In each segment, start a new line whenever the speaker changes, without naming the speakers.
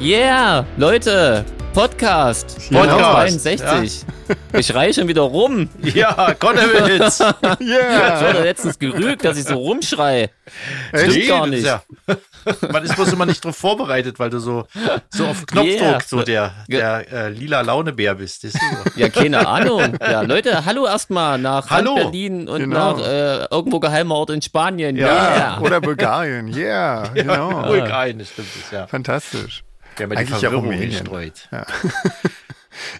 Yeah, Leute, Podcast.
Genau.
Podcast 62. Ich reiche schon wieder rum.
Ja, Konnewitz.
Ich
Yeah.
wurde letztens gerügt, dass ich so rumschreie.
Echt?
Stimmt gar nicht.
Ja. Man ist bloß immer nicht drauf vorbereitet, weil du so, so auf Knopfdruck
Yeah.
so der, der äh, lila Launebär bist. Das ist so.
Ja, keine Ahnung. Ja, Leute, hallo erstmal nach
Hallo.
Berlin und
Genau.
nach äh, irgendwo geheimer Ort in Spanien.
Ja.
Ja.
Oder Bulgarien. Yeah. Genau.
Ruhig ein, stimmt es, ja.
Fantastisch.
Der mir die
Eigentlich ja
Verwirrung
Rumänien.
gestreut.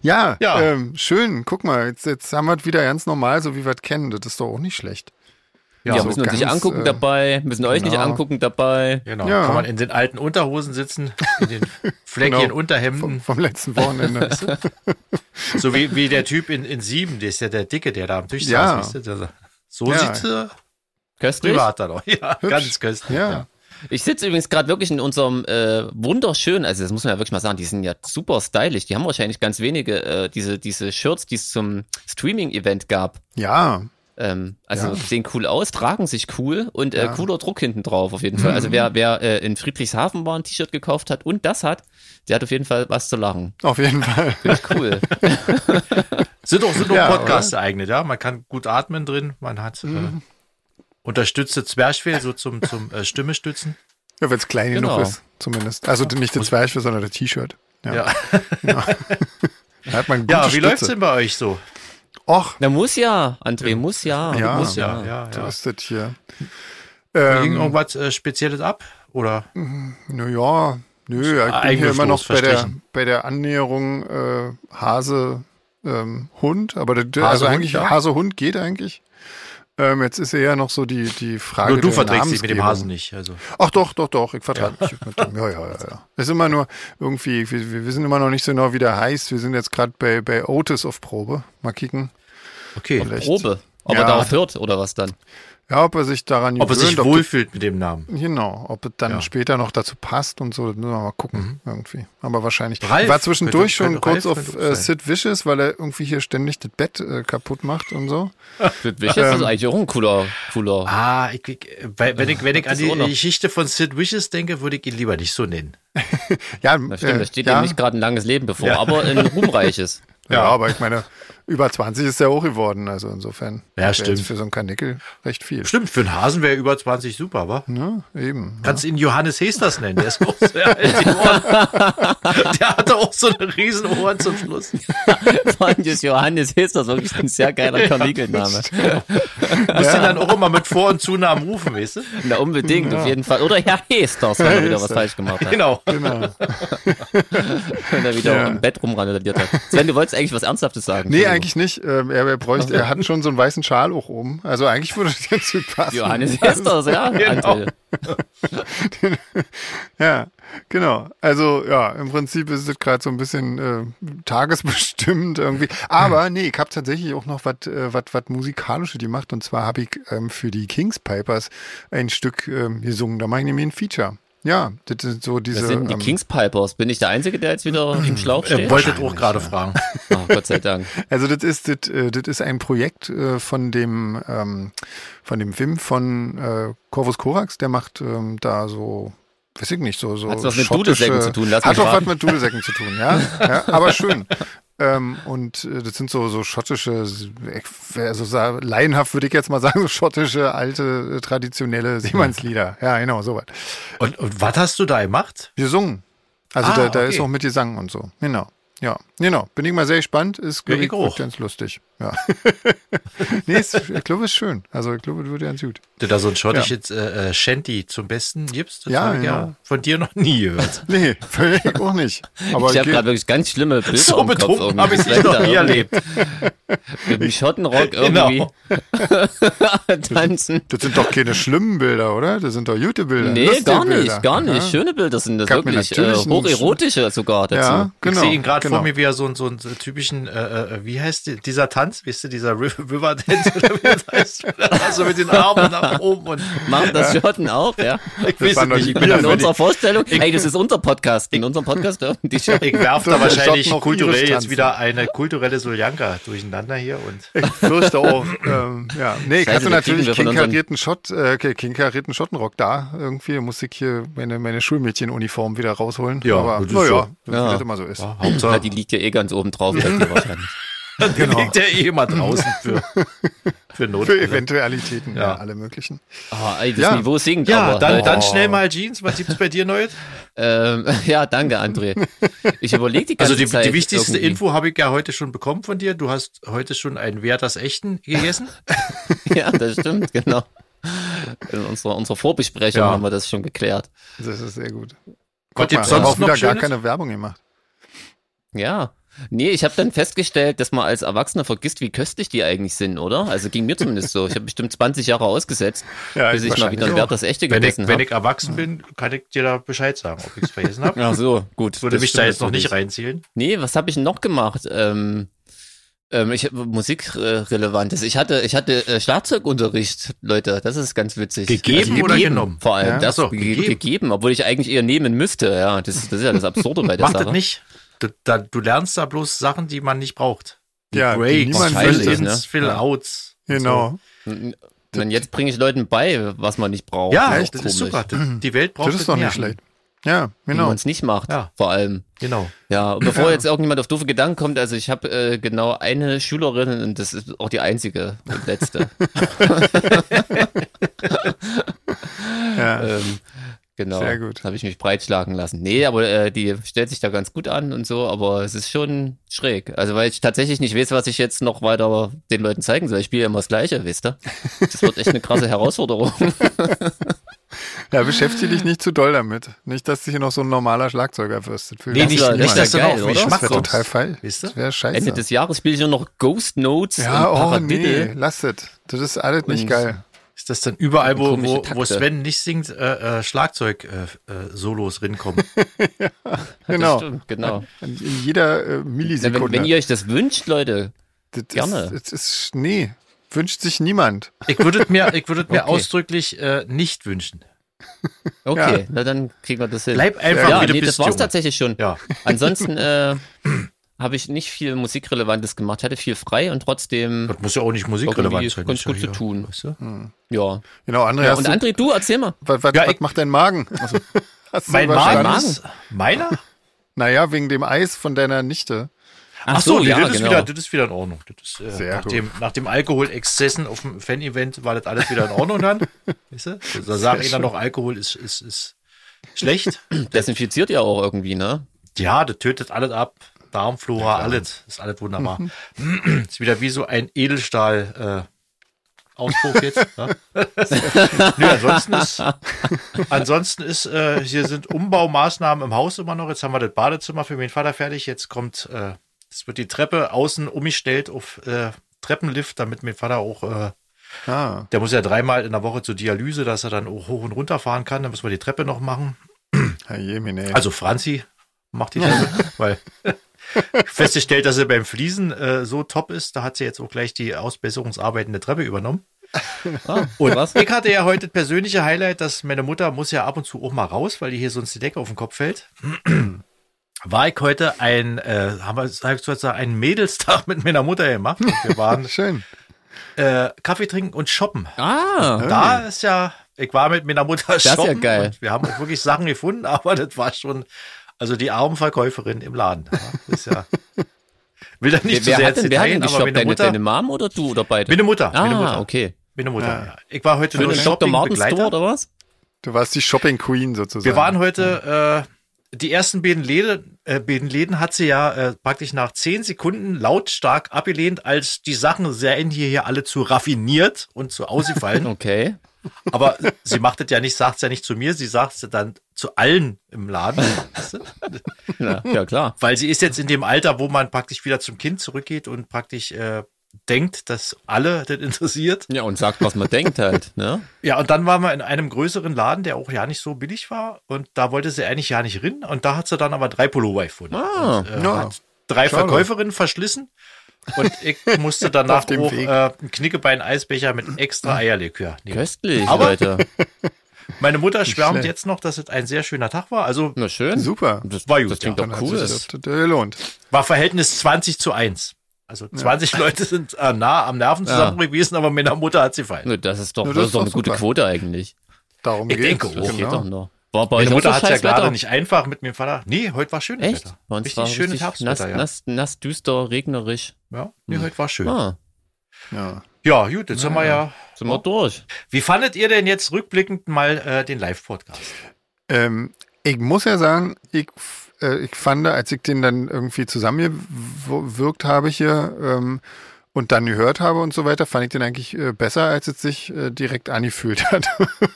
Ja,
Ja.
Ähm, schön. Guck mal, jetzt, jetzt haben wir es wieder ganz normal, so wie wir es kennen. Das ist doch auch nicht schlecht.
Ja,
so
müssen uns nicht
ganz,
angucken
äh,
dabei, müssen euch nicht
genau.
angucken dabei.
Genau,
Ja.
kann man in den alten Unterhosen sitzen, in den Fleckchen
Genau. Vom,
Unterhemden,
vom letzten Wochenende.
so wie, wie der Typ in, in Sieben, der ist ja der Dicke, der da am Tisch
Ja.
saß. Weißt du? der- So
Ja.
sieht's äh,
Köstlich.
privat dann auch. Ja, ganz köstlich.
ja.
Ich sitze übrigens gerade wirklich in unserem äh, wunderschönen, also das muss man ja wirklich mal sagen, die sind ja super stylisch. Die haben wahrscheinlich ganz wenige, äh, diese, diese Shirts, die es zum Streaming-Event gab.
Ja.
Ähm, also
Ja.
sehen cool aus, tragen sich cool und äh,
Ja. Mhm.
cooler Druck hinten drauf auf jeden Fall. Also wer, wer äh, in Friedrichshafen war ein T-Shirt gekauft hat und das hat, der hat auf jeden Fall was zu lachen.
Auf jeden Fall.
Finde ich cool.
Sind auch, sind auch
Ja,
Podcasts geeignet, ja. Man kann gut atmen drin, man hat äh, unterstützte Zwerchfell so zum, zum äh, Stimme stützen.
Ja, wenn es klein
Genau.
genug ist, zumindest. Also nicht der Zwerchfell, sondern der T-Shirt. Ja.
Ja.
Da hat man gute
Ja, wie
Stütze.
läuft's denn bei euch so?
Och,
Na muss ja, André, muss ja.
Ja.
muss
Ja,
ja.
ja,
so
ja.
ist das hier.
Ging
Ähm,
irgendwas äh, Spezielles ab? Oder?
naja, nö, ja, ich bin hier
Eigenes
immer noch
Los
bei der,
verstrichen.
bei der Annäherung äh, Hase, ähm, Hund, aber das, also
Hase-Hund,
eigentlich
ja.
Hase, Hund geht eigentlich. Ähm, jetzt ist eher noch so die, die Frage.
Nur du
der
verträgst dich mit dem
Namensgebung.
Hasen nicht. Also.
Ach doch, doch, doch, ich vertrage mich mit dem. Ja, ja, ja, ja. Es ist immer nur irgendwie, wir, wir wissen immer noch nicht so genau, wie der heißt. Wir sind jetzt gerade bei, bei Otis auf Probe. Mal kicken.
Okay.
Vielleicht.
Probe. Ob
Ja.
er darauf hört oder was dann?
Ja, ob er sich daran
Ob es sich
ob
wohlfühlt mit dem Namen.
das- Genau, ob es dann
Ja. Mhm.
später noch dazu passt und so, das müssen wir mal gucken, irgendwie. Aber wahrscheinlich.
Ralf
ich war zwischendurch
könnte-
schon kurz
könnte Ralf
auf
könnte
äh,
auch sein.
Sid Vicious, weil er irgendwie hier ständig das Bett äh, kaputt macht und so.
Für mich ist
Ähm.
das eigentlich auch ein cooler, cooler.
Ah, ich, ich, äh, weil- wenn ich, wenn ich
Das
an
ist
die
auch noch-
Geschichte von Sid Wishes denke, würde ich ihn lieber nicht so nennen.
Ja,
Na stimmt,
äh,
da steht
ja,
ihm nicht gerade ein langes Leben bevor, aber ein ruhmreiches.
Ja, aber ich meine, über 20 ist er hoch geworden, also insofern.
Ja,
Wär
stimmt.
Jetzt für so einen Kanickel recht viel.
Stimmt, für einen Hasen wäre über 20 super, aber
Ne? Eben.
kannst ihn Johannes Hesters nennen. Der ist auch sehr alt. die Ohren. Der hatte auch so eine riesen Ohren zum Schluss.
Johannes Johannes ist das wirklich ein sehr geiler Kamikelname.
Musst ihn dann auch immer mit Vor- und Zunamen rufen, weißt du?
Na, unbedingt, auf jeden Fall. Oder Herr Hesters, wenn er wieder was
Hesters.
falsch gemacht hat.
Genau.
Wenn er wieder
Ja.
im Bett rumrandaliert hat. Sven, du wolltest eigentlich was Ernsthaftes sagen.
Nee,
Entschuldigung.
eigentlich nicht. Ähm, er, er, bräuchte, er hat schon so einen weißen Schal auch oben. Also eigentlich würde das ganz gut passen.
Johannes Hesters, ja.
Genau.
André.
Ja, genau. Also ja, im Prinzip ist es gerade so ein bisschen äh, tagesbestimmt irgendwie. Aber nee, ich habe tatsächlich auch noch was äh, was- was musikalische die macht. Und zwar habe ich ähm, für die Kings Pipers ein Stück ähm, gesungen. Da mache ich nämlich ein Feature. Ja, das sind so diese.
Das sind die
ähm,
Kings Pipers. Bin ich der Einzige, der jetzt wieder im Schlauch
Er
steht?
wollte auch gerade fragen.
Oh, Gott sei Dank.
Also das ist das, äh, das ist ein Projekt äh, von dem ähm, von dem Wim von äh, Corvus Corax, der macht ähm, da so weiß ich nicht so so
Hat's was mit
schottische-
Dudelsäcken zu tun? Lass
Hat
mich
doch was
raten.
mit Dudelsäcken zu tun, ja, ja aber schön. Ähm, und äh, das sind so so schottische äh, also sa- laienhaft würde ich jetzt mal sagen, so schottische alte äh, traditionelle Seemannslieder. Ja, genau, sowas.
Und, und was hast du da gemacht?
Wir singen. Also
Ah,
da, da
okay.
ist auch mit Gesang und so. Genau. Ja, genau. Bin ich mal sehr gespannt. Ist,
Ja,
glaube ich,
ich auch.
wird ganz lustig. Ja. nee, ist, ich glaube, ist schön. Also, ich glaube, es wird ganz gut.
Du da so ein schottisches äh, äh, Shanty zum Besten gibst? Das
Ja,
habe ich
genau.
von dir noch nie gehört.
Nee, völlig auch nicht. Aber
Ich habe
geht-
gerade wirklich ganz schlimme Bilder
So
im Kopf.
betrunken
irgendwie.
habe ich dich
Sven
noch
da
nie
irgendwie
erlebt.
Mit dem Schottenrock irgendwie
Genau.
tanzen.
das sind doch keine schlimmen Bilder, oder? Das sind doch gute Bilder.
Nee,
lustige
gar
Bilder.
nicht, gar nicht.
Ja,
Schöne Bilder sind das
Ich hab mir
wirklich. Äh,
natürlich einen
hocherotische sogar dazu.
ja genau.
ich sehe ihn gerade
genau.
vor mir, äh, wie er so, einen- so einen typischen, äh, äh, wie heißt die- dieser Tanz, weißt du, dieser Ri- River Dance oder wie das heißt. Also mit den Armen nach oben und
Machen das Schotten auch, ja.
ich
Das
weiß es
waren doch
nicht.
die
Ich bin da
Bilder,
In
nur die-
unserer Vorstellung, hey, das ist unser Podcast. In unserem Podcast dürfen die Schotten.
Ich werfe
Das
da
ist
wahrscheinlich
doch noch
kulturell
irisch
jetzt
tanzen.
wieder eine kulturelle Soljanka durcheinander hier und
Ich fürchte auch. ähm, ja. Nee, ich
Scheiße, das
hatte
kriegen
natürlich
wir von unseren-
kinkarierten Schott, äh, kinkarierten Schottenrock da. Irgendwie musste ich hier meine, meine Schulmädchenuniform wieder rausholen.
Ja,
aber
das ist
naja,
so.
wie
Ja.
das immer so ist.
ja,
Ja,
Hauptsache,
die liegt ja eh ganz oben drauf. bei dir wahrscheinlich.
genau. liegt ja eh immer draußen für, für ne?
Für
Also,
Notfälle.
Eventualitäten, ja.
Ja.
alle möglichen.
Ah, ey, das
Ja.
Niveau sinkt,
Ja,
aber
dann,
äh,
dann schnell mal Jeans. Was gibt's bei dir Neues?
Ähm, ja, danke, André. Ich überlege die ganze
Also die,
Zeit
die wichtigste
irgendwie.
Info habe ich ja heute schon bekommen von dir. Du hast heute schon einen Werthers Echten gegessen.
Ja, das stimmt, genau. In unserer, unserer Vorbesprechung
Ja.
haben wir das schon geklärt.
Das ist sehr gut.
Was
Guck mal,
gibt's
haben auch
sonst
wieder
noch
gar
Schönes?
keine Werbung gemacht.
Ja. Nee, ich habe dann festgestellt, dass man als Erwachsener vergisst, wie köstlich die eigentlich sind, oder? Also ging mir zumindest so. Ich habe bestimmt 20 Jahre ausgesetzt,
Ja,
bis ich mal
wahrscheinlich
wieder ein
auch.
Wert das echte
Wenn ich,
gegessen
wenn
habe.
ich erwachsen bin, kann ich dir da Bescheid sagen, ob ich es vergessen habe.
Ja, so, gut.
Würde
das
mich da
stimmt
jetzt noch nicht
natürlich.
reinzielen.
Nee, was habe ich denn noch gemacht? Ähm, ähm, ich hab musikrelevantes. Ich hatte, ich hatte äh, Schlagzeugunterricht, Leute. Das ist ganz witzig. Also
Gegeben oder genommen?
Vor allem
Ja.
das
Ach so,
ge gegeben.
gegeben.
obwohl ich eigentlich eher nehmen müsste. Ja, das, das ist ja das Absurde bei der
Mach
Sache.
das nicht. Du, da, du lernst da bloß Sachen, die man nicht braucht.
Ja, die
Breaks,
niemand
will, ne?
Fill-ins, Fill-outs. und
Genau.
N- Denn jetzt bringe ich Leuten bei, was man nicht
so.
braucht.
Ja,
auch
das ist super.
komisch.
Mhm. Das, die Welt braucht
Das ist doch
mehr.
nicht schlecht. Ja,
Wie man
genau.
es nicht macht,
Ja.
vor allem.
Genau.
Ja, und bevor jetzt irgendjemand auf doofe Gedanken kommt, also ich habe äh, genau eine Schülerin und das ist auch die einzige und letzte.
Ja.
ähm, genau.
Sehr gut.
Habe ich mich breitschlagen lassen. Nee, aber äh, die stellt sich da ganz gut an und so, aber es ist schon schräg. Also weil ich tatsächlich nicht weiß, was ich jetzt noch weiter den Leuten zeigen soll. Ich spiele ja immer das Gleiche, wisst ihr? Das wird echt eine krasse Herausforderung.
ja, beschäftige dich nicht zu doll damit. Nicht, dass du hier noch so ein normaler Schlagzeuger wirst. Das will
Nee,
ich
nicht,
wär-
nicht,
das
dass
wär
du
geil,
noch auf mich
oder?
Das
schmack
wäre
kommst.
total feil.
Weißt du?
Das wäre scheiße.
Ende des Jahres spiele ich nur noch Ghost Notes
ja,
und
oh
Paradiddle.
nee, lasst es. Das ist alles nicht
Und-
geil.
Ist das dann überall, wo,
Komische
wo, wo
Takte.
Sven nicht singt, äh, äh, Schlagzeug-Solos rinkommen?
Genau.
Genau.
Das stimmt, genau.
In in jeder äh,
Na,
Millisekunde.
wenn, wenn ihr euch das wünscht, Leute,
das
gerne.
Ist, das ist, nee, wünscht sich niemand.
Ich würde es mir, ich würdet mir
Okay.
ausdrücklich äh, nicht wünschen.
okay,
Ja.
na dann kriegen wir das hin.
Bleib einfach,
ja,
wie du
nee,
bist,
das war's
Junge.
tatsächlich schon.
Ja.
Ansonsten äh, habe ich nicht viel Musikrelevantes gemacht, hatte viel frei und trotzdem,
Das muss ja auch nicht
Irgendwie
musikrelevant sein.
ganz
ist
gut
ja
zu
hier,
tun. Mhm.
Weißt du?
ja.
Genau, André,
ja
hast
und
du,
André, du erzähl mal.
was, was,
Ja, ich-
was
Also,
macht dein Magen? Hast du
Mein
überstanden?
Magen ist meiner?
Naja, wegen dem Eis von deiner Nichte.
Ach so, nee,
ja,
das, ist
genau.
wieder, das ist wieder in Ordnung. Das ist, äh,
Sehr
nach,
gut.
dem, nach dem Alkoholexzessen auf dem Fan-Event war das alles wieder in Ordnung dann. Weißt du? Da sagt einer
schön.
noch, Alkohol ist, ist, ist schlecht.
Desinfiziert ja auch irgendwie, ne?
Ja, das tötet alles ab. Darmflora, alles. Ist alles wunderbar. ist wieder wie so ein Edelstahl. Äh, Ausbruch jetzt. Ne? Nö, ansonsten ist, ansonsten ist äh, hier sind Umbaumaßnahmen im Haus immer noch. Jetzt haben wir das Badezimmer für meinen Vater fertig. Jetzt kommt, äh, es wird die Treppe außen umgestellt auf äh, Treppenlift, damit mein Vater auch, äh,
Ah,
der muss ja dreimal in der Woche zur Dialyse, dass er dann auch hoch und runter fahren kann. Dann müssen wir die Treppe noch machen.
Herr Jemine.
Also Franzi macht die Treppe, weil festgestellt, dass sie beim Fließen äh, so top ist, da hat sie jetzt auch gleich die Ausbesserungsarbeiten der Treppe übernommen.
Ah, was?
Ich hatte ja heute das persönliche Highlight, dass meine Mutter muss ja ab und zu auch mal raus, weil die hier sonst die Decke auf den Kopf fällt. War ich heute ein, äh, haben wir sag ich sozusagen einen Mädelstag mit meiner Mutter gemacht. Und wir waren
Schön.
äh, Kaffee trinken und shoppen.
Ah,
Da ist ja, ich war mit meiner Mutter
ja
shoppen.
geil.
Und wir haben auch wirklich Sachen gefunden, aber das war schon, also die armen Verkäuferin im Laden. Ja, das ist ja, will da nicht
wer,
zu
wer
sehr
hat
ins
denn, wer hat denn
Detail, aber
geshoppt?
meine
Deine,
Mutter,
deine Mom oder du oder beide?
meine Mutter,
ah,
meine Mutter,
okay.
meine Mutter.
Ja.
Ja. Ich war heute
Für
nur
den Dr.
Shopping
Martens Store
Begleiter.
oder was?
Du warst die Shopping Queen sozusagen.
Wir waren heute, äh, die ersten beiden Läden, äh, beiden Läden hat sie ja äh, praktisch nach zehn Sekunden lautstark abgelehnt, als die Sachen seien hier, hier alle zu raffiniert und zu ausgefallen.
Okay.
Aber sie macht es ja nicht, sagt es ja nicht zu mir, sie sagt es dann zu allen im Laden. Weißt du?
Ja, ja klar.
Weil sie ist jetzt in dem Alter, wo man praktisch wieder zum Kind zurückgeht und praktisch äh, denkt, dass alle das interessiert.
Ja, und sagt, was man denkt halt, ne?
Ja, und dann waren wir in einem größeren Laden, der auch ja nicht so billig war. Und da wollte sie eigentlich ja nicht rin. Und da hat sie dann aber drei Pullover gefunden.
Ah,
und, äh,
ja.
hat drei
Schade.
Verkäuferinnen verschlissen. Und ich musste danach
Auf dem
auch
Weg. Ah.
äh, einen Knickebein-Eisbecher mit extra Eierlikör nehmen.
Köstlich,
Aber-
Leute.
Meine Mutter schwärmt
schlecht.
jetzt noch, dass es ein sehr schöner Tag war. Also
Na schön.
Super.
Das,
War gut,
das klingt
ja.
Dann
doch
hat
cool.
sich das gelohnt.
war Verhältnis 20 zu 1. Also 20 Leute sind äh, nah am Nervenzusammenbruch gewesen, aber meiner Mutter hat sie gefallen.
Na, Das ist doch,
Ja,
das
das
ist
ist
doch eine
doch
gute
super.
Quote eigentlich.
Darum
Ich
geht's.
denke auch.
Das
Genau.
geht doch noch. War bei euch
Meine
auch
Mutter
so
hat es ja
scheiß
gerade
Wetter?
nicht einfach mit mir verlacht. Nee, heute war schönes
Echt?
Wetter.
Bei uns
Richtig
war
schönes
richtig nass,
Herbstwetter, ja.
nass, nass, düster, regnerisch.
Ja, nee, heute war schön.
Ah,
Ja.
Ja, gut, jetzt haben wir ja.
sind wir durch.
Wie fandet ihr denn jetzt rückblickend mal äh, den Live-Podcast?
Ähm, ich muss ja sagen, ich, f- äh, ich fand, als ich den dann irgendwie zusammengewirkt habe hier ähm, und dann gehört habe und so weiter, fand ich den eigentlich äh, besser, als es sich äh, direkt angefühlt hat.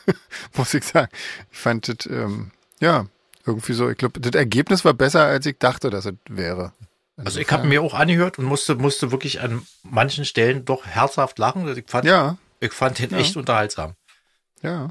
muss ich sagen. Ich fand das, ähm, ja, irgendwie so, ich glaube, das Ergebnis war besser, als ich dachte, dass es wäre.
Also ich habe mir auch angehört und musste, musste wirklich an manchen Stellen doch herzhaft lachen. Also Ich fand,
Ja,
ich fand den echt unterhaltsam.
ja.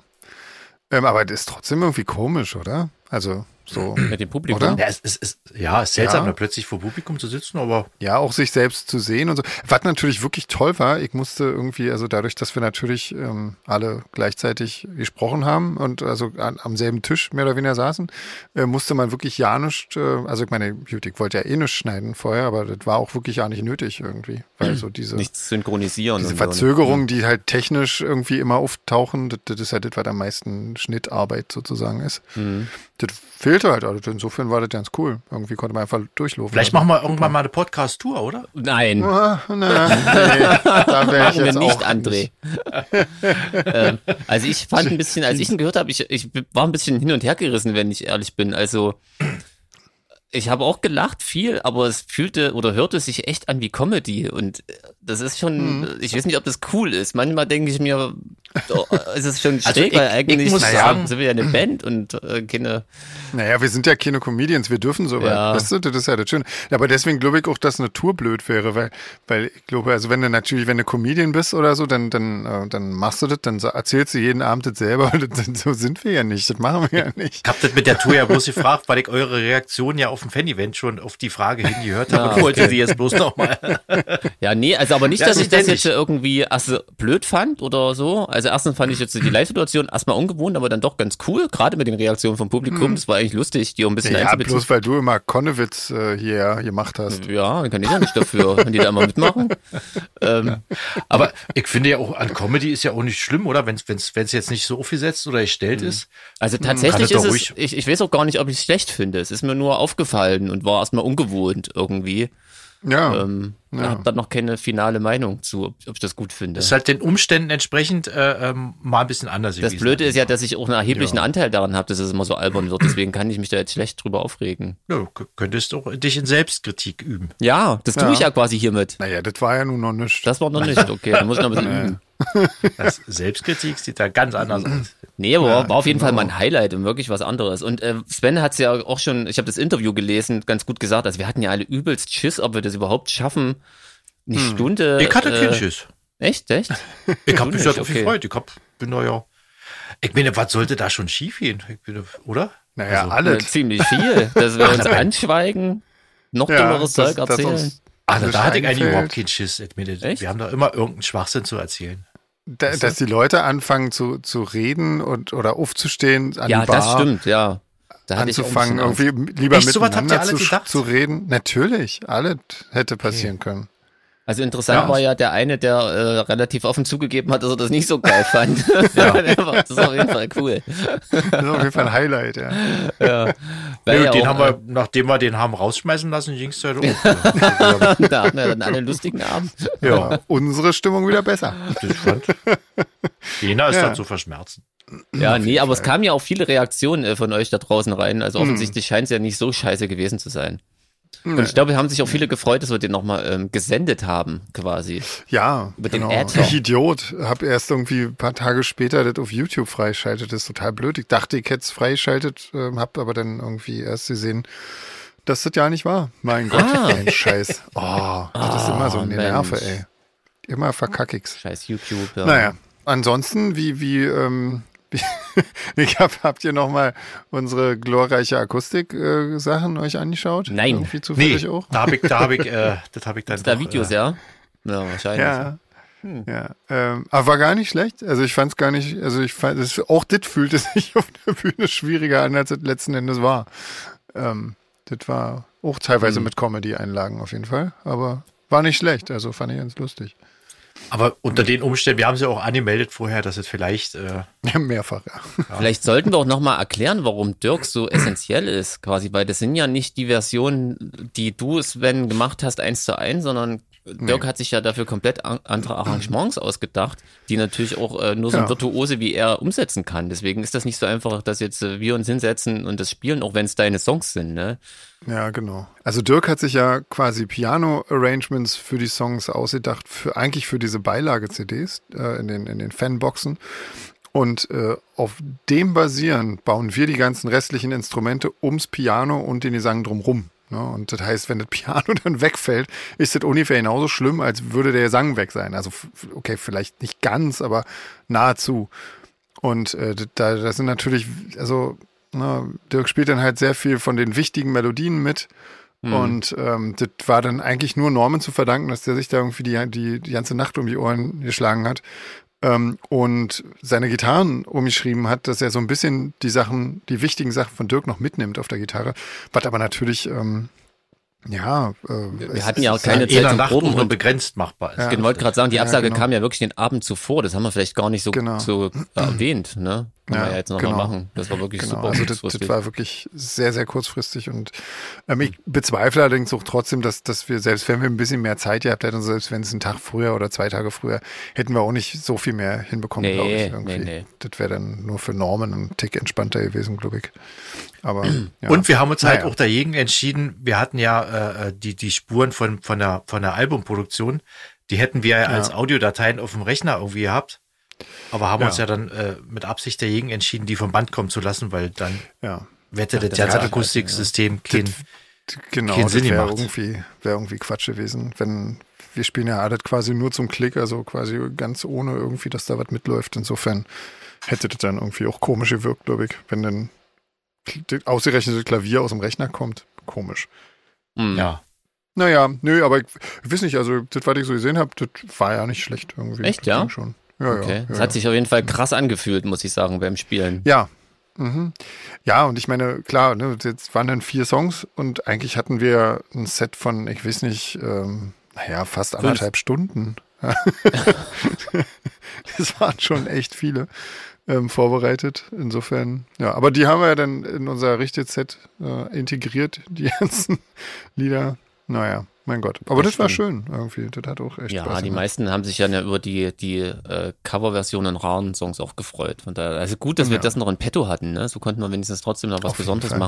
Ähm, aber das ist trotzdem irgendwie komisch, oder? Also so.
Mit dem Publikum.
Oder?
Ja, es ist, es ist, ja, es ist seltsam,
Ja.
da plötzlich vor Publikum zu sitzen, aber
Ja, auch sich selbst zu sehen und so. Was natürlich wirklich toll war, ich musste irgendwie, also dadurch, dass wir natürlich ähm, alle gleichzeitig gesprochen haben und also an, am selben Tisch mehr oder weniger saßen, äh, musste man wirklich ja nicht, äh, also ich meine, gut, ich wollte ja eh nicht schneiden vorher, aber das war auch wirklich ja nicht nötig irgendwie, weil so diese,
Nichts synchronisieren.
diese
und so.
Verzögerungen, die halt technisch irgendwie immer auftauchen, das, das ist halt das, was am meisten Schnittarbeit sozusagen ist.
Mhm.
Das fehlte halt, also insofern war das ganz cool. Irgendwie konnte man einfach durchlaufen.
vielleicht machen wir irgendwann mal eine Podcast-Tour, oder?
Nein.
Ah, Na, nee, da wäre ich
Machen wir
jetzt
nicht,
auch
André. ähm, also ich fand ein bisschen, als ich ihn gehört habe, ich, ich war ein bisschen hin und her gerissen, wenn ich ehrlich bin. Also ich habe auch gelacht viel, aber es fühlte oder hörte sich echt an wie Comedy und äh, das ist schon,
Mhm.
ich weiß nicht, ob das cool ist. Manchmal denke ich mir, oh, ist es schon schräg,
Also ich-
weil
ich
eigentlich
muss sagen-
sind wir ja eine Band und äh, keine,
Naja, wir sind ja keine Comedians, wir dürfen so,
Ja.
ja. weißt du, das ist ja das Schöne. Aber deswegen glaube ich auch, dass eine Tour blöd wäre, weil, weil ich glaube, also wenn du natürlich, wenn du Comedian bist oder so, dann, dann, äh, dann machst du das, dann sa- erzählst du jeden Abend das selber, das, so sind wir ja nicht, das machen wir ja nicht.
Ich habe das mit der Tour ja bloß gefragt, weil ich eure Reaktion ja auf dem Fan-Event schon auf die Frage hingehört habe
Ja.
und wollte sie jetzt bloß nochmal.
Ja, nee, also aber nicht,
Ja,
dass
das
ich das
denke
jetzt irgendwie also blöd fand oder so. Also erstens fand ich jetzt die Live-Situation erstmal ungewohnt, aber dann doch ganz cool, gerade mit den Reaktionen vom Publikum. Das war eigentlich lustig, die auch ein bisschen
Ja,
einzubeziehen.
bloß weil du immer Konnewitz äh, hier gemacht hast.
Ja, dann kann ich ja nicht dafür, wenn die da immer mitmachen. Ähm,
Aber ich finde ja auch, an Comedy ist ja auch nicht schlimm, oder? Wenn es jetzt nicht so aufgesetzt oder gestellt ist.
also
Kann
tatsächlich
das doch
ist es,
ruhig.
ich, ich weiß auch gar nicht, ob ich es schlecht finde. Es ist mir nur aufgefallen und war erstmal ungewohnt irgendwie.
Ja,
Ähm,
Ja.
Ich habe da noch keine finale Meinung zu, ob, ob ich das gut finde.
Ist halt den Umständen entsprechend äh, ähm, mal ein bisschen anders.
Das
gewesen.
Blöde ist ja, dass ich auch einen erheblichen Anteil daran habe, dass es immer so albern wird. Deswegen kann ich mich da jetzt schlecht drüber aufregen.
Ja, du k- könntest auch dich in Selbstkritik üben.
Ja, das tue ich ja quasi hiermit.
naja, das war ja nun noch nichts.
Das war noch nicht, okay. Da muss ich noch ein bisschen üben.
Das Selbstkritik sieht da ganz anders aus.
Nee, aber war auf jeden
genau.
Fall mal ein Highlight und wirklich was anderes. Und äh, Sven hat es ja auch schon, ich habe das Interview gelesen, ganz gut gesagt. Also wir hatten ja alle übelst Schiss, ob wir das überhaupt schaffen. Eine Stunde.
Hm. Ich hatte
äh,
keinen Schiss.
Echt, echt?
Ich habe mich
nicht,
darauf
okay.
gefreut. Ich hab, bin da ja. Ich meine, was sollte da schon schief gehen? Ich bin, oder?
Naja,
Also,
Äh,
alles.
ziemlich viel. Dass wir uns anschweigen, noch dummeres Zeug erzählen.
Also da hatte ich eigentlich
einfällt.
überhaupt keinen Schiss. Ich meine,
Echt?
Wir haben da immer irgendeinen Schwachsinn zu erzählen.
Da, dass die Leute anfangen zu, zu reden und oder aufzustehen an
ja,
die Bar.
das stimmt, ja. Da hatte ich auch ein
anzufangen,
bisschen Angst.
irgendwie lieber
Echt, sowas habt ihr
miteinander
alle
zu,
gedacht?
zu reden. Natürlich, alles hätte passieren können.
Also interessant
Ja.
war ja der eine, der äh, relativ offen zugegeben hat, dass er das nicht so geil fand. Der war- das ist auf jeden Fall cool.
Das ist auf jeden Fall ein Highlight, ja.
Weil
Nö,
ja
den
auch,
haben wir, nachdem wir den haben rausschmeißen lassen, ging es halt auch.
äh, Da hatten wir dann alle einen lustigen Abend.
ja,
Aber Unsere Stimmung wieder besser.
das fand. Jena ist
Ja.
dann zu verschmerzen.
Ja, nee, aber es kamen ja auch viele Reaktionen äh, von euch da draußen rein. Also
Mhm.
offensichtlich scheint es ja nicht so scheiße gewesen zu sein. Und ich glaube, wir haben sich auch viele gefreut, dass wir den nochmal ähm, gesendet haben, quasi.
Ja,
Über den
genau.
Äther.
Ich Idiot, habe erst irgendwie ein paar Tage später das auf YouTube freischaltet. Das ist total blöd. Ich dachte, ich hätte es freischaltet, ähm, habe aber dann irgendwie erst gesehen, dass das ja nicht war. Mein Gott, ein Scheiß. Oh, das ist immer so eine
Ah. Mensch.
Nerve, ey. Immer verkack ich's.
Scheiß YouTube. Ja.
Naja, ansonsten, wie, wie, ähm, wie, ich hab, habt ihr nochmal unsere glorreiche Akustik-Sachen euch angeschaut?
Nein.
Irgendwie zufällig
Nee,
auch?
da habe ich, da habe ich, äh, das habe ich dann.
Ist da
doch,
Videos,
äh,
ja? Ja, wahrscheinlich.
Ja. Ja, ähm, aber war gar nicht schlecht. Also ich fand es gar nicht, also ich fand, das, auch das fühlte sich auf der Bühne schwieriger an, als es letzten Endes war. Ähm, das war auch teilweise mit Comedy-Einlagen auf jeden Fall, aber war nicht schlecht, also fand ich ganz lustig.
Aber unter den Umständen, wir haben es ja auch angemeldet vorher, dass es vielleicht, äh,
Ja, mehrfach, ja.
Vielleicht sollten wir auch nochmal erklären, warum Dirk so essentiell ist, quasi, weil das sind ja nicht die Versionen, die du, Sven, gemacht hast, eins zu eins, sondern Dirk hat sich ja dafür komplett an andere Arrangements ausgedacht, die natürlich auch äh, nur so ein
Ja.
Virtuose wie er umsetzen kann. Deswegen ist das nicht so einfach, dass jetzt äh, wir uns hinsetzen und das spielen, auch wenn es deine Songs sind, ne?
Ja, genau. Also Dirk hat sich ja quasi Piano-Arrangements für die Songs ausgedacht, für, eigentlich für diese Beilage-CDs äh, in, den, in den Fanboxen. Und äh, auf dem basierend bauen wir die ganzen restlichen Instrumente ums Piano und den Gesang drumrum. Ne? Und das heißt, wenn das Piano dann wegfällt, ist das ungefähr genauso schlimm, als würde der Gesang weg sein. Also, f- okay, vielleicht nicht ganz, aber nahezu. Und äh, d- da das sind natürlich, also na, Dirk spielt dann halt sehr viel von den wichtigen Melodien mit.
Mhm.
Und ähm, das war dann eigentlich nur Norman zu verdanken, dass der sich da irgendwie die, die, die ganze Nacht um die Ohren geschlagen hat ähm, und seine Gitarren umgeschrieben hat, dass er so ein bisschen die Sachen, die wichtigen Sachen von Dirk noch mitnimmt auf der Gitarre. Was aber natürlich, ähm, ja. Äh,
Wir hatten ja auch keine
in
Zeit
einer
zum
Nacht
Proben
nur
und
begrenzt machbar ist.
Ich wollte gerade sagen, die
Ja,
Absage
genau.
kam ja wirklich den Abend zuvor. Das haben wir vielleicht gar nicht so,
Genau.
so erwähnt, ne? Kann
Ja,
man ja jetzt nochmal
genau.
mal machen. Das war wirklich
Genau,
super.
also das, das
kurzfristig.
war wirklich sehr, sehr kurzfristig und ähm, ich bezweifle allerdings auch trotzdem, dass, dass wir, selbst wenn wir ein bisschen mehr Zeit gehabt hätten, also selbst wenn es einen Tag früher oder zwei Tage früher, hätten wir auch nicht so viel mehr hinbekommen,
Nee,
glaube ich. Irgendwie.
nee, nee.
Das wäre dann nur für Norman ein Tick entspannter gewesen, glaube ich. Aber, ja.
Und wir haben uns halt
Naja.
auch dagegen entschieden, wir hatten ja äh, die, die Spuren von, von, der, von der Albumproduktion, die hätten wir ja als Audiodateien auf dem Rechner irgendwie gehabt, aber haben
Ja.
uns ja dann äh, mit Absicht dagegen entschieden, die vom Band kommen zu lassen, weil dann
ja.
wette das
das
ganze
war-
Akustiksystem kein,
Genau,
keinen
das
Sinn
wäre
gemacht.
irgendwie, wär irgendwie Quatsch gewesen, wenn wir spielen ja Adet quasi nur zum Klick, also quasi ganz ohne irgendwie, dass da was mitläuft. Insofern hätte das dann irgendwie auch komisch gewirkt, glaube ich, wenn dann kl- ausgerechnet das Klavier aus dem Rechner kommt. Komisch.
Hm.
ja.
Naja, nö, aber ich, ich weiß nicht, also das, was ich so gesehen habe, das war ja nicht schlecht irgendwie.
Echt,
das
ja?
ging Schon. Ja,
Okay.
ja.
das
ja,
hat sich auf jeden Fall krass angefühlt, muss ich sagen, beim Spielen.
Ja. Mhm. Ja, und ich meine, klar, ne, jetzt waren dann vier Songs und eigentlich hatten wir ein Set von, ich weiß nicht, ähm, naja, fast anderthalb Stunden. das waren schon echt viele ähm, vorbereitet. Insofern, ja, aber die haben wir ja dann in unser richtiges Set äh, integriert, die ganzen Lieder. Naja, mein Gott. Aber das, war schön irgendwie. Das hat auch echt
Ja,
Spaß
die
gemacht.
meisten haben sich ja über die, die äh, Coverversionen raren Songs auch gefreut. Von daher, also gut, dass wir das noch in petto hatten, ne? So konnten wir wenigstens trotzdem noch was
jeden
Besonderes
Fall.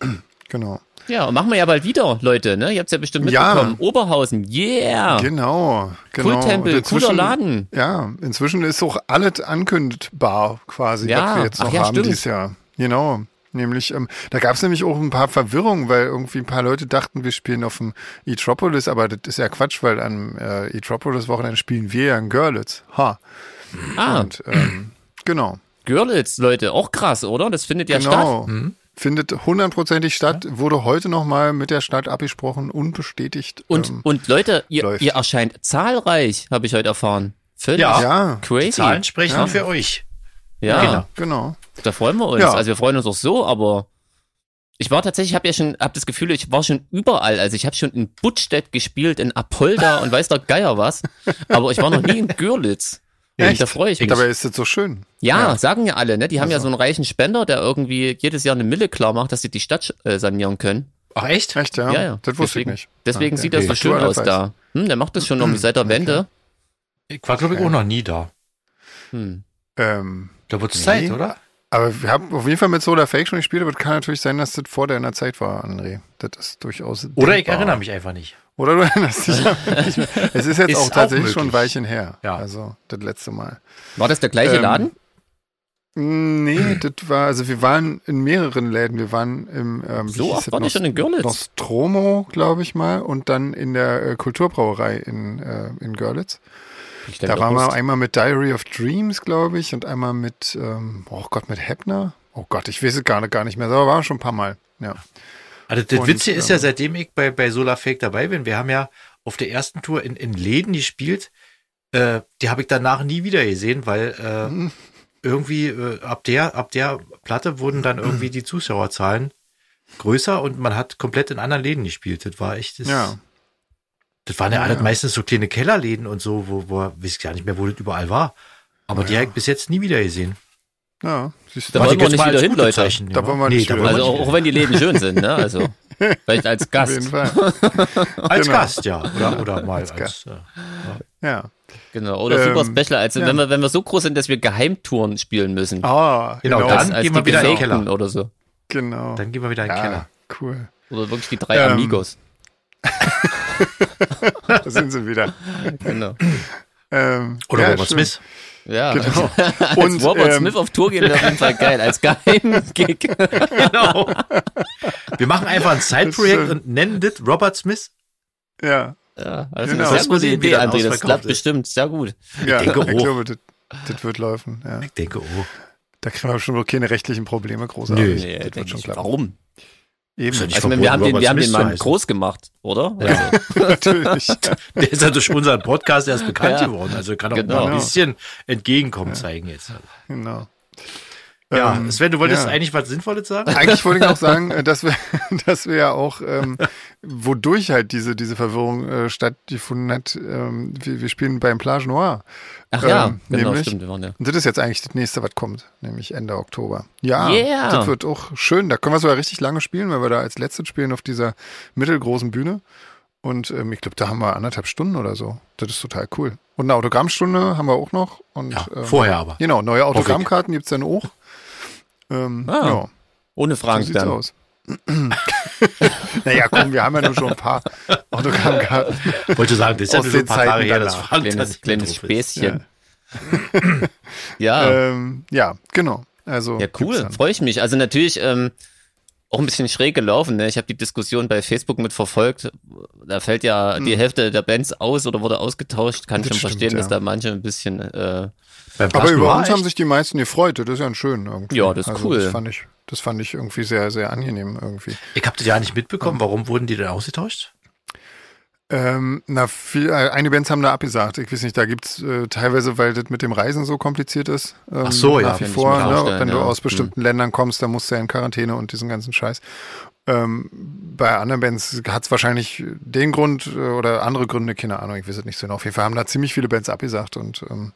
machen.
Genau.
Ja, und machen wir ja bald wieder, Leute, ne? Ihr habt's ja bestimmt
Ja.
mitbekommen. Oberhausen, yeah!
Genau, genau.
Cool-Tempel,
Und inzwischen-
cooler Laden.
Ja, inzwischen ist auch alles ankündbar quasi,
Ja,
was wir jetzt
ach
noch
ja,
haben
stimmt.
dieses Jahr. Genau. Nämlich, ähm, da gab es nämlich auch ein paar Verwirrungen, weil irgendwie ein paar Leute dachten, wir spielen auf dem Etropolis, aber das ist ja Quatsch, weil am äh, Etropolis-Wochenende spielen wir ja in Görlitz. Ha.
Ah,
Und ähm, genau.
Görlitz, Leute, auch krass, oder? Das findet ja statt.
Genau. Findet hundertprozentig statt, wurde heute nochmal mit der Stadt abgesprochen und bestätigt.
Und,
ähm,
und Leute, ihr,
läuft.
ihr erscheint zahlreich, habe ich heute erfahren. Völlig
Ja.
ja,
crazy.
Zahlen sprechen für euch.
ja.
genau.
genau.
Da freuen wir uns.
Ja.
Also wir freuen uns auch so, aber ich war tatsächlich, habe ja schon, habe das Gefühl, ich war schon überall. Also ich habe schon in Buttstedt gespielt, in Apolda und weiß doch Geier was. Aber ich war noch nie in Görlitz. Und
Echt?
da freue ich mich.
Dabei Also. ist das so schön.
ja, sagen ja alle, ne? Die haben ja so einen reichen Spender, der irgendwie jedes Jahr eine Mille klar macht, dass sie die Stadt äh, sanieren können.
Ach echt?
Echt, ja?
Ja, ja.
Das wusste
deswegen,
ich nicht.
Deswegen
Ah,
sieht das
okay.
so schön
Du alles
aus da. Hm, der macht das schon irgendwie seit der Wende.
Ich war glaube ich auch noch nie da.
Hm.
Ähm,
Da wird's
Nee.
Zeit, oder?
aber wir haben auf jeden Fall mit Solar Fake schon gespielt, aber es kann natürlich sein, dass das vor deiner Zeit war, André. Das ist durchaus.
Oder ich
denkbar.
erinnere mich einfach nicht.
Oder du erinnerst dich aber nicht mehr. Es ist jetzt
Ist
auch
auch
tatsächlich schon ein
möglich.
Weilchen her.
Ja.
Also das letzte Mal.
War das der gleiche
Ähm,
Laden?
Nee, das war, also wir waren in mehreren Läden. Wir waren im ähm,
So
hieß
oft
das?
war die
Nost-
schon in Görlitz?
Nostromo, glaube ich mal, und dann in der äh, Kulturbrauerei in, äh, in Görlitz.
Ich denke,
Da waren wir
Brust.
einmal mit Diary of Dreams, glaube ich, und einmal mit, ähm, oh Gott, mit Hepner. Oh Gott, ich weiß es gar, gar nicht mehr, aber waren wir schon ein paar Mal. Ja.
Also das
Und,
Witzige ist ja,
ähm,
seitdem ich bei, bei Solar Fake dabei bin, wir haben ja auf der ersten Tour in, in Läden gespielt, äh, die habe ich danach nie wieder gesehen, weil äh,
Mhm.
irgendwie äh, ab, der, ab der Platte wurden dann irgendwie die Zuschauerzahlen größer und man hat komplett in anderen Läden gespielt. Das war echt, das,
Ja.
das waren ja,
Ja,
alles
ja.
meistens so kleine Kellerläden und so, wo, wo weiß ich gar nicht mehr, wo das überall war. Aber die habe ich bis jetzt nie wieder gesehen.
Ja, siehst du.
Da
Was
wollen
ich
wir
jetzt
nicht
mal
wieder
als
hin,
gutes
Leute.
Zeichen
Da
nehme.
wollen wir nicht
da
wieder
wollen
Also auch,
wir
auch wenn die Läden schön sind, ne? Also vielleicht als
Auf jeden
Gast.
Fall.
nicht. Als
Genau.
Gast, ja. Oder, oder mal als,
Gast.
äh,
Ja.
Genau. Oder
Ähm,
super Special. Also
ja.
wenn wir wenn wir so groß sind, dass wir Geheimtouren spielen müssen.
Ah,
Genau,
genau.
dann-
als, als
gehen wir
die
wieder in den
Gefakten
Keller.
oder so.
genau.
Dann gehen wir wieder in den
ja,
Keller.
Cool.
Oder wirklich die drei
Ähm.
Amigos.
Da sind sie wieder.
Genau.
Ähm,
Oder
ja,
Robert
schön.
Smith.
Ja.
Genau.
Als
Und,
Robert
ähm,
Smith auf Tour gehen wäre auf jeden Fall geil. Als Geheimgig.
Genau. Wir machen einfach ein
Das
Side-Projekt
ist, äh,
und nennen das Robert Smith.
Ja,
Ja, also
Genau.
eine sehr
Das muss
gute
ich
Idee,
wieder
André. Das
ausverkauft
klappt
ist.
bestimmt sehr gut.
ja ich,
denke oh. hoch.
glaube, das, das wird laufen. Ja.
Ich denke, oh,
Da kriegen wir schon wohl keine rechtlichen Probleme großartig.
Nö.
das
Nee,
wird
denk
schon
ich.
klappen.
Warum?
Eben,
Ist ja nicht
Also, ich meine, Also, wir
verboten,
haben den,
Robert
wir haben den
Smith zu
Mann
heißen.
groß gemacht, oder? Also,
natürlich.
der ist ja durch unseren Podcast erst bekannt
Ja.
geworden. Also kann auch
Genau.
mal ein bisschen entgegenkommen zeigen jetzt.
Genau.
Ja,
Ähm,
Sven, du wolltest
ja.
eigentlich was Sinnvolles sagen?
Eigentlich wollte ich auch sagen, äh, dass wir, dass wir ja auch, ähm, wodurch halt diese, diese Verwirrung äh, stattgefunden hat, ähm, wir, wir spielen beim Plage Noir.
Ach ja,
Ähm,
genau,
nämlich-
stimmt. Wir waren ja.
Und das ist jetzt eigentlich das nächste, was kommt, nämlich Ende Oktober. Ja,
Yeah.
das wird auch schön. Da können wir sogar richtig lange spielen, weil wir da als letztes spielen auf dieser mittelgroßen Bühne. Und ähm, ich glaube, da haben wir anderthalb Stunden oder so. Das ist total cool. Und eine Autogrammstunde haben wir auch noch. Und,
Ja,
ähm,
vorher aber.
Genau, neue
ich.
Autogrammkarten gibt's dann auch. Ähm,
Ah.
ja.
Ohne
So
Fragen
sieht's
dann.
aus. naja, komm, wir haben ja nur schon ein paar Autogrammkarten.
Wollte sagen, das ist ja
Aus
nur so ein
den
paar Tage
Zeiten
her, das
danach.
Frank
Kleines,
tatsächlich
kleines
drauf ist.
Späßchen. Ja, ja,
Ähm, ja, genau. Also,
Ah.
gibt's
cool.
dann.
Freue ich mich. Also natürlich ähm, auch ein bisschen schräg gelaufen. Ne? Ich habe die Diskussion bei Facebook mit verfolgt. Da fällt ja die Hälfte der Bands aus oder wurde ausgetauscht. Kann
Hm. Das
schon
stimmt,
verstehen, dass da
ja.
manche ein bisschen äh,
Beim
Aber
Plasma
über
war
uns haben
echt-
sich die meisten gefreut. Das ist ja ein schön irgendwie.
Ja, das ist
also,
cool.
Das fand, ich, das fand ich irgendwie sehr, sehr angenehm irgendwie.
Ich hab das ja nicht mitbekommen. Warum wurden die denn ausgetauscht?
Ähm, na, viel, äh, einige Bands haben da abgesagt. Ich weiß nicht, da gibt's äh, teilweise, weil das mit dem Reisen so kompliziert ist. Ähm,
Ach so, ja,
Nach wie
kann ich mir
vor, ne,
vorstellen,
wenn du
ja.
aus
Hm.
bestimmten Ländern kommst, dann musst du ja in Quarantäne und diesen ganzen Scheiß. Ähm, bei anderen Bands hat's wahrscheinlich den Grund äh, oder andere Gründe, keine Ahnung, ich weiß es nicht so genau. Auf jeden Fall haben da ziemlich viele Bands abgesagt und ähm,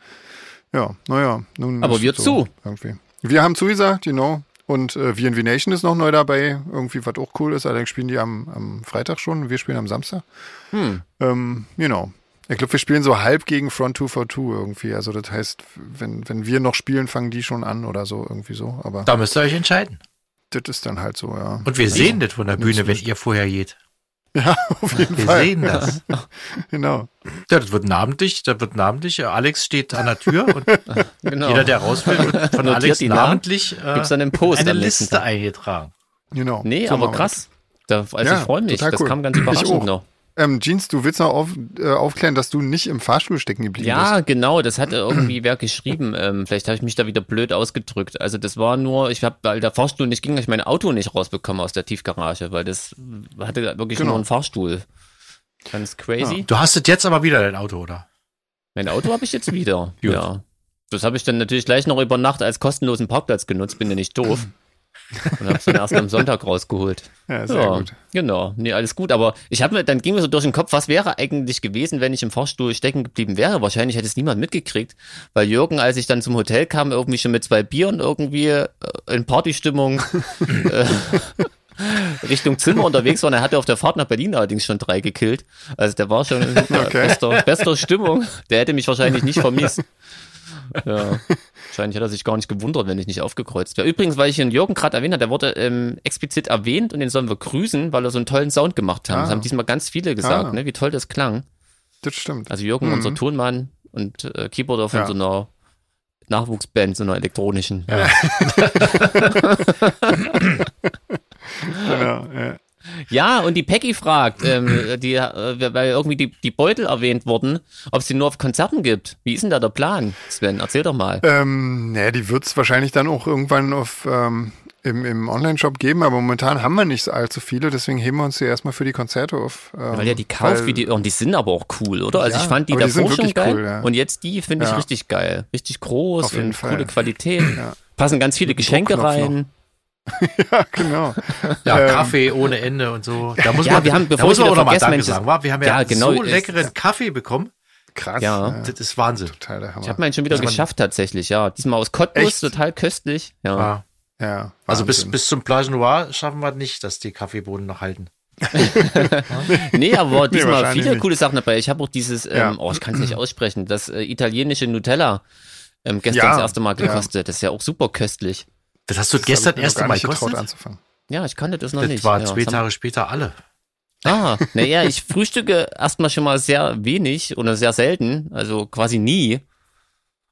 ja, naja, nun.
Aber
ist
wir
es
zu.
Irgendwie. Wir haben zugesagt, genau. Und äh, VNV Nation ist noch neu dabei, irgendwie, was auch cool ist. Allerdings spielen die am, am Freitag schon, wir spielen am Samstag.
hm,
Ähm, genau. Ich glaube, wir spielen so halb gegen Front 242 irgendwie. Also das heißt, wenn, wenn wir noch spielen, fangen die schon an oder so, irgendwie so. Aber
Da müsst ihr euch entscheiden.
das ist dann halt so, ja.
Und wir sehen das von der Bühne, wenn
nicht.
ihr vorher geht.
Ja, auf jeden
Wir
Fall.
sehen das.
Genau.
Ja, das wird namentlich, das wird namentlich. äh, Alex steht an der Tür und
genau.
jeder, der raus will, wird von
Notiert
Alex
die Namen.
namentlich äh,
Gibt's dann im Post
eine
am nächsten
Liste
Tag.
eingetragen.
genau.
nee,
So
aber
machen wir
krass. Da, also
Ja,
ich freue mich.
total
Das
cool.
kam ganz
Ich
überraschend
auch.
noch.
das. Ähm, Jeans, du willst noch auf, äh, aufklären, dass du nicht im Fahrstuhl stecken geblieben bist.
Ja, genau, das hat irgendwie wer geschrieben. Ähm, vielleicht habe ich mich da wieder blöd ausgedrückt. Also das war nur, ich habe, weil der Fahrstuhl nicht ging, hab ich mein Auto nicht rausbekommen aus der Tiefgarage, weil das hatte wirklich
Genau.
nur einen Fahrstuhl. Ganz crazy.
Du hast das jetzt aber wieder dein Auto, oder?
Mein Auto habe ich jetzt wieder.
Gut.
ja. Das habe ich dann natürlich gleich noch über Nacht als kostenlosen Parkplatz genutzt, bin ja nicht doof. Und habe es dann erst am Sonntag rausgeholt.
Ja, sehr gut.
Genau, nee, alles gut. Aber ich habe mir, dann ging mir so durch den Kopf, was wäre eigentlich gewesen, wenn ich im Fahrstuhl stecken geblieben wäre? Wahrscheinlich hätte es niemand mitgekriegt, weil Jürgen, als ich dann zum Hotel kam, irgendwie schon mit zwei Bieren irgendwie äh, in Partystimmung äh, Richtung Zimmer unterwegs war. Und er hatte auf der Fahrt nach Berlin allerdings schon drei gekillt. Also der war schon in
Okay.
bester, bester Stimmung. Der hätte mich wahrscheinlich nicht vermisst. Ja. Wahrscheinlich hat er sich gar nicht gewundert, wenn ich nicht aufgekreuzt wäre. Übrigens, weil ich den Jürgen gerade erwähnt habe, der wurde ähm, explizit erwähnt und den sollen wir grüßen, weil er so einen tollen Sound gemacht hat. Das
Ah.
haben diesmal ganz viele gesagt,
Ah.
ne, wie toll das klang.
Das stimmt.
Also Jürgen, unser Tonmann und äh, Keyboarder von
Ja.
so einer Nachwuchsband, so einer elektronischen.
genau, ja.
Ja, und die Peggy fragt, ähm, die, äh, weil irgendwie die, die Beutel erwähnt wurden, ob es die nur auf Konzerten gibt. Wie ist denn da der Plan, Sven? Erzähl doch mal.
Ähm, naja, die wird es wahrscheinlich dann auch irgendwann auf, ähm, im, im Online-Shop geben, aber momentan haben wir nicht allzu viele, deswegen heben wir uns hier erstmal für die Konzerte auf. Ähm,
Weil ja die kauft,
weil-
wie die, und die sind aber auch cool, oder? Also
Ja,
ich fand die
aber die
davor
sind
schon
wirklich
geil.
cool, ja.
Und jetzt die finde ich
Ja.
richtig geil. Richtig groß
Auf jeden
und
Fall.
coole Qualität. Passen ganz viele Geschenke
Druckknopf
rein.
Ja, genau.
Ja,
Ähm,
Kaffee ohne Ende und so. Da muss
Ja,
man,
wir haben-
da
bevor ich
muss
wieder
man auch nochmal
vergesse,
Danke
Mensch, das-
sagen. wa? Wir haben ja,
Ja, genau,
so
ist-
leckeren Kaffee bekommen.
Krass.
Ja.
Das ist Wahnsinn.
Total der
Ich
Hammer.
habe meinen schon wieder
Also man-
geschafft tatsächlich, ja. Diesmal aus Cottbus,
Echt? Ah.
total köstlich. Ja.
Ja.
Ja,
Also bis,
Wahnsinn.
bis zum Plage Noir schaffen wir nicht, dass die Kaffeebohnen noch halten.
Nee, aber
Nee,
diesmal
wahrscheinlich
viele
nicht.
coole Sachen dabei. Ich habe auch dieses, ähm,
Ja.
oh, ich kann es nicht aussprechen, das äh, italienische Nutella ähm, gestern
Ja,
das erste Mal
ja.
gekostet. Das ist ja auch super köstlich.
Das hast du
Das
gestern
hab ich mir noch
erst
gar
Mal
nicht getraut
gekostet?
anzufangen.
Ja, ich kannte das noch
Das
nicht.
war
ja,
zwei
das haben-
Tage später alle.
Ah, naja, ich frühstücke erstmal schon mal sehr wenig oder sehr selten, also quasi nie.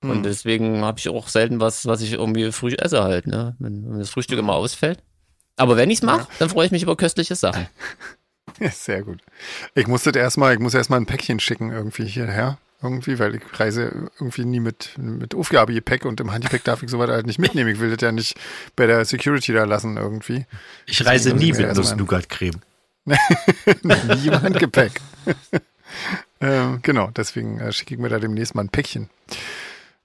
Hm.
Und deswegen habe ich auch selten was, was ich irgendwie früh esse halt, ne? Wenn, wenn das Frühstück immer ausfällt. Aber wenn ich's mache, dann freue ich mich über köstliche Sachen.
Ja, sehr gut. Ich muss das erstmal, ich muss erstmal ein Päckchen schicken irgendwie hierher. Irgendwie, weil ich reise irgendwie nie mit, mit Aufgabegepäck und im Handgepäck darf ich sowas halt nicht mitnehmen. Ich will das ja nicht bei der Security da lassen irgendwie.
Ich reise
muss
nie
ich mir
mit
erst
nuss
mal-
nougat creme
Nie im Handgepäck. ähm, genau, deswegen äh, schicke ich mir da demnächst mal ein Päckchen.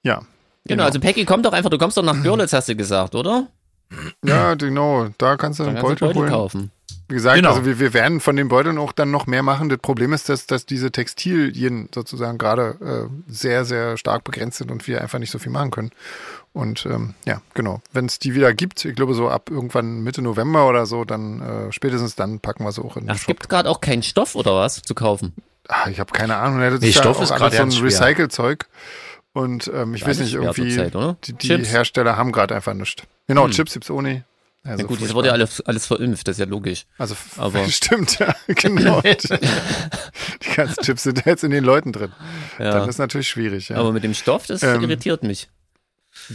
Ja.
Genau, also Peggy, komm doch einfach, du kommst doch nach Görlitz, hast du gesagt, oder?
Ja, genau. Da kannst du
Dann
einen
kannst du
Beutel,
Beutel
holen.
kaufen.
Wie gesagt,
Genau.
also wir, wir werden von den Beuteln auch dann noch mehr machen. Das Problem ist, dass, dass diese Textilien sozusagen gerade äh, sehr, sehr stark begrenzt sind und wir einfach nicht so viel machen können. Und ähm, ja, genau. Wenn es die wieder gibt, ich glaube so ab irgendwann Mitte November oder so, dann äh, spätestens dann packen wir sie auch in
Ach,
den
es
Shop.
gibt gerade auch keinen Stoff oder was zu kaufen.
Ah, ich habe keine Ahnung. Ja, Das
Nee,
ist
Stoff
ja auch
ist
alles
gerade
so ein
ganz schwer.
Recycle-Zeug. Und ähm, ich
Alles
weiß nicht,
schwer
irgendwie,
zurzeit, oder?
die, die
Chips.
Hersteller haben gerade einfach nichts. Genau, Chips gibt's auch nicht. Also
Na gut, jetzt
furchtbar.
wurde ja alles, alles verimpft, das ist ja logisch.
Also f-
Aber-
stimmt, ja, genau. die die ganzen Chips sind jetzt in den Leuten drin.
Ja.
Dann ist natürlich schwierig, ja.
Aber mit dem Stoff, das
Ähm,
irritiert mich.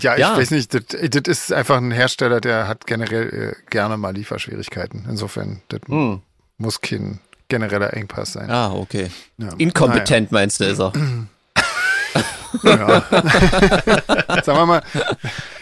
ja, ich
ja.
weiß nicht, das, das ist einfach ein Hersteller, der hat generell äh, gerne mal Lieferschwierigkeiten. Insofern, das
Hm.
muss kein genereller Engpass sein.
Ah, okay.
Ja.
Inkompetent meinst du, ist er.
Naja, ja. sagen wir mal, sagen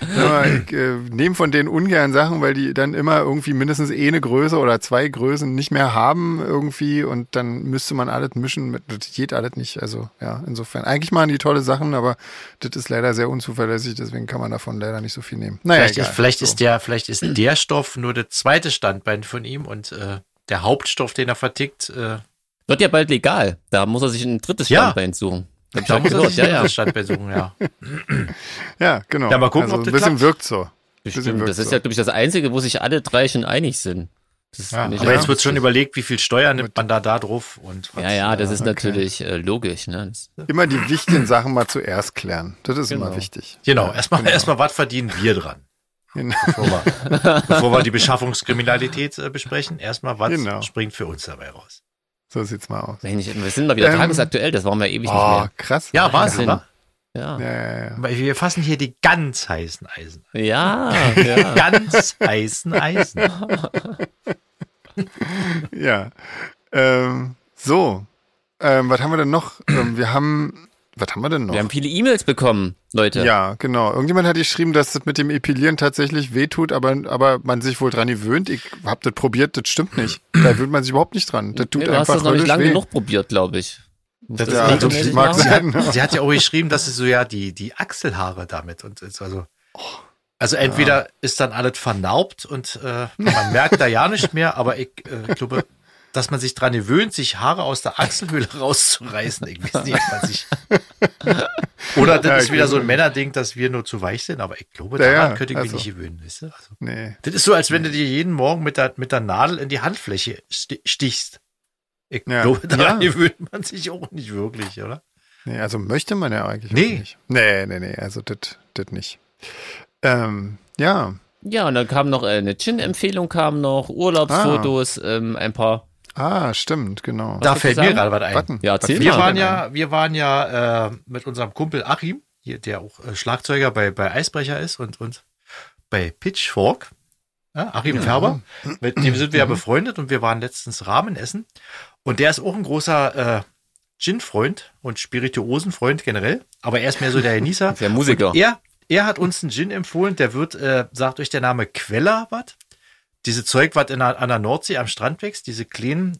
wir mal ich äh, nehme von denen ungern Sachen, weil die dann immer irgendwie mindestens eh eine Größe oder zwei Größen nicht mehr haben irgendwie und dann müsste man alles mischen. Mit, das geht alles nicht. Also ja, insofern. Eigentlich machen die tolle Sachen, aber das ist leider sehr unzuverlässig, deswegen kann man davon leider nicht so viel nehmen. Naja,
Vielleicht, ist,
egal.
vielleicht,
so.
ist der, vielleicht ist der Stoff nur das zweite Standbein von ihm und äh, der Hauptstoff, den er vertickt, äh,
Wird ja bald legal. Da muss er sich ein drittes
Ja.
Standbein suchen. Hab ich
da
auch
muss er
gehört.
sich
Ja,
ja,
ja.
Standbein suchen, ja.
Ja, genau.
Ja, mal gucken,
also
ob
ein
das
bisschen
klappt.
wirkt so. Bisschen
Bestimmt.
wirkt
Das ist
so.
ja, glaube ich, das Einzige, wo sich alle drei schon einig sind. Das ist
ja
nicht
aber jetzt
ernst.
wird schon überlegt, wie viel Steuer nimmt man da, da drauf und was.
Ja, ja, das ist
okay.
natürlich äh, logisch. Ne? Das,
Immer die wichtigen Sachen mal zuerst klären. Das ist immer
Genau.
wichtig.
Genau, erstmal, erstmal, was verdienen wir dran?
Genau.
Bevor wir, bevor wir die Beschaffungskriminalität äh, besprechen, erstmal, was
Genau.
springt für uns dabei raus?
So sieht's mal aus.
Mensch, wir sind mal wieder
Ähm,
tagesaktuell, das waren wir ewig nicht
Oh,
mehr.
krass.
Ja, Wahnsinn,
Wahnsinn.
wa?
Ja,
Ja, ja, ja.
Weil Wir fassen hier die ganz heißen Eisen.
ja, ja.
Ganz heißen Eisen.
Ja. Ähm, so. Ähm, was haben wir denn noch? Ähm, wir haben. Was haben wir denn noch?
Wir haben viele E-Mails bekommen, Leute.
ja, genau. Irgendjemand hat geschrieben, dass das mit dem Epilieren tatsächlich wehtut, aber, aber man sich wohl dran gewöhnt. Ich hab das probiert, das stimmt nicht. Da gewöhnt man sich überhaupt nicht dran. Das tut
du hast
einfach
das noch nicht
höllisch
lange
weh.
genug probiert, glaube ich. Muss
Das
das
ist
ja,
nicht
so
regelmäßig
das mag
machen?
sein.
Sie hat ja auch geschrieben, dass sie so ja die, die Achselhaare damit und ist also. Also entweder ist dann alles vernaubt und äh, man merkt da ja nicht mehr, aber ich äh, glaube, dass man sich dran gewöhnt, sich Haare aus der Achselhöhle rauszureißen. Ich weiß nicht, was ich. Oder das
Ja,
ist
ich
wieder
weiß
so ein
nicht.
Männerding, dass wir nur zu weich sind, aber ich glaube,
Ja,
daran
ja,
könnte ich
also.
mich nicht gewöhnen. Weißt du? also,
Nee.
das ist so, als wenn du dir jeden Morgen mit der, mit der Nadel in die Handfläche sti- stichst. Ich
Ja.
glaube, daran
Ja.
gewöhnt man sich auch nicht wirklich, oder?
nee, also möchte man ja eigentlich
Nee.
auch nicht. Nee, nee, nee, also das das nicht. Ähm, ja,
Ja, und dann kam noch äh, eine Gin-Empfehlung, kam noch Urlaubsfotos, ähm, ein paar.
ah, stimmt, genau.
Da
würdest du
fällt mir
sagen?
gerade was ein.
Warten.
Ja, erzähl
fällt
Wir
Ja,
dir
waren
denn
ja, wir waren ja äh, mit unserem Kumpel Achim, hier, der auch äh, Schlagzeuger bei, bei Eisbrecher ist und, und bei Pitchfork, Ja, Achim Färber, mit dem sind wir ja befreundet und wir waren letztens Ramen essen. Und der ist auch ein großer äh, Gin-Freund und Spirituosenfreund generell, aber er ist mehr so der Genießer.
Der Musiker.
Er, er hat uns einen Gin empfohlen, der wird, äh, sagt euch der Name Queller was? Diese Zeug, was in der, an der Nordsee am Strand wächst, diese kleinen,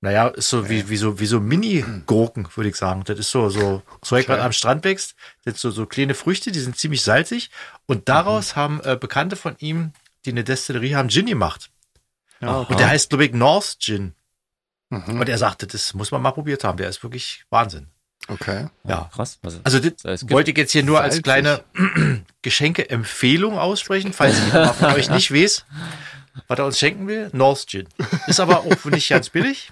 naja, ist so wie, wie so, wie so Mini-Gurken, würde ich sagen. Das ist so, so Zeug, was am Strand wächst. Das sind so, so kleine Früchte, die sind ziemlich salzig. Und daraus haben äh, Bekannte von ihm, die eine Destillerie haben, Gin gemacht.
Ah,
Ja,
Und der heißt, glaube ich, North Gin.
Mhm.
Und er sagte, das muss man mal probiert haben. Der ist wirklich Wahnsinn.
Okay.
Ja.
Krass. Also,
Also das
Es gibt-
wollte ich jetzt hier nur als
Salzig.
kleine Geschenke-Empfehlung aussprechen, falls jemand von euch nicht weiß, was er uns schenken will. North Gin. Ist aber auch nicht ganz billig,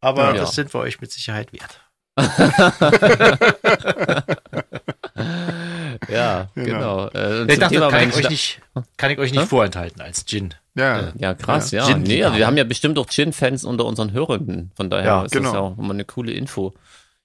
aber
Ja.
das sind wir euch mit Sicherheit wert.
ja, genau.
Genau.
Äh, und
Ich
zum
dachte,
Thema
kann
mein
ich euch
Schla-
nicht, kann ich euch nicht
Hä?
vorenthalten als Gin.
Ja.
Ja, krass, ja.
Gin-
nee, also wir haben ja bestimmt auch Gin-Fans unter unseren Hörenden. Von daher
Ja,
ist
genau.
das ja auch immer eine coole Info.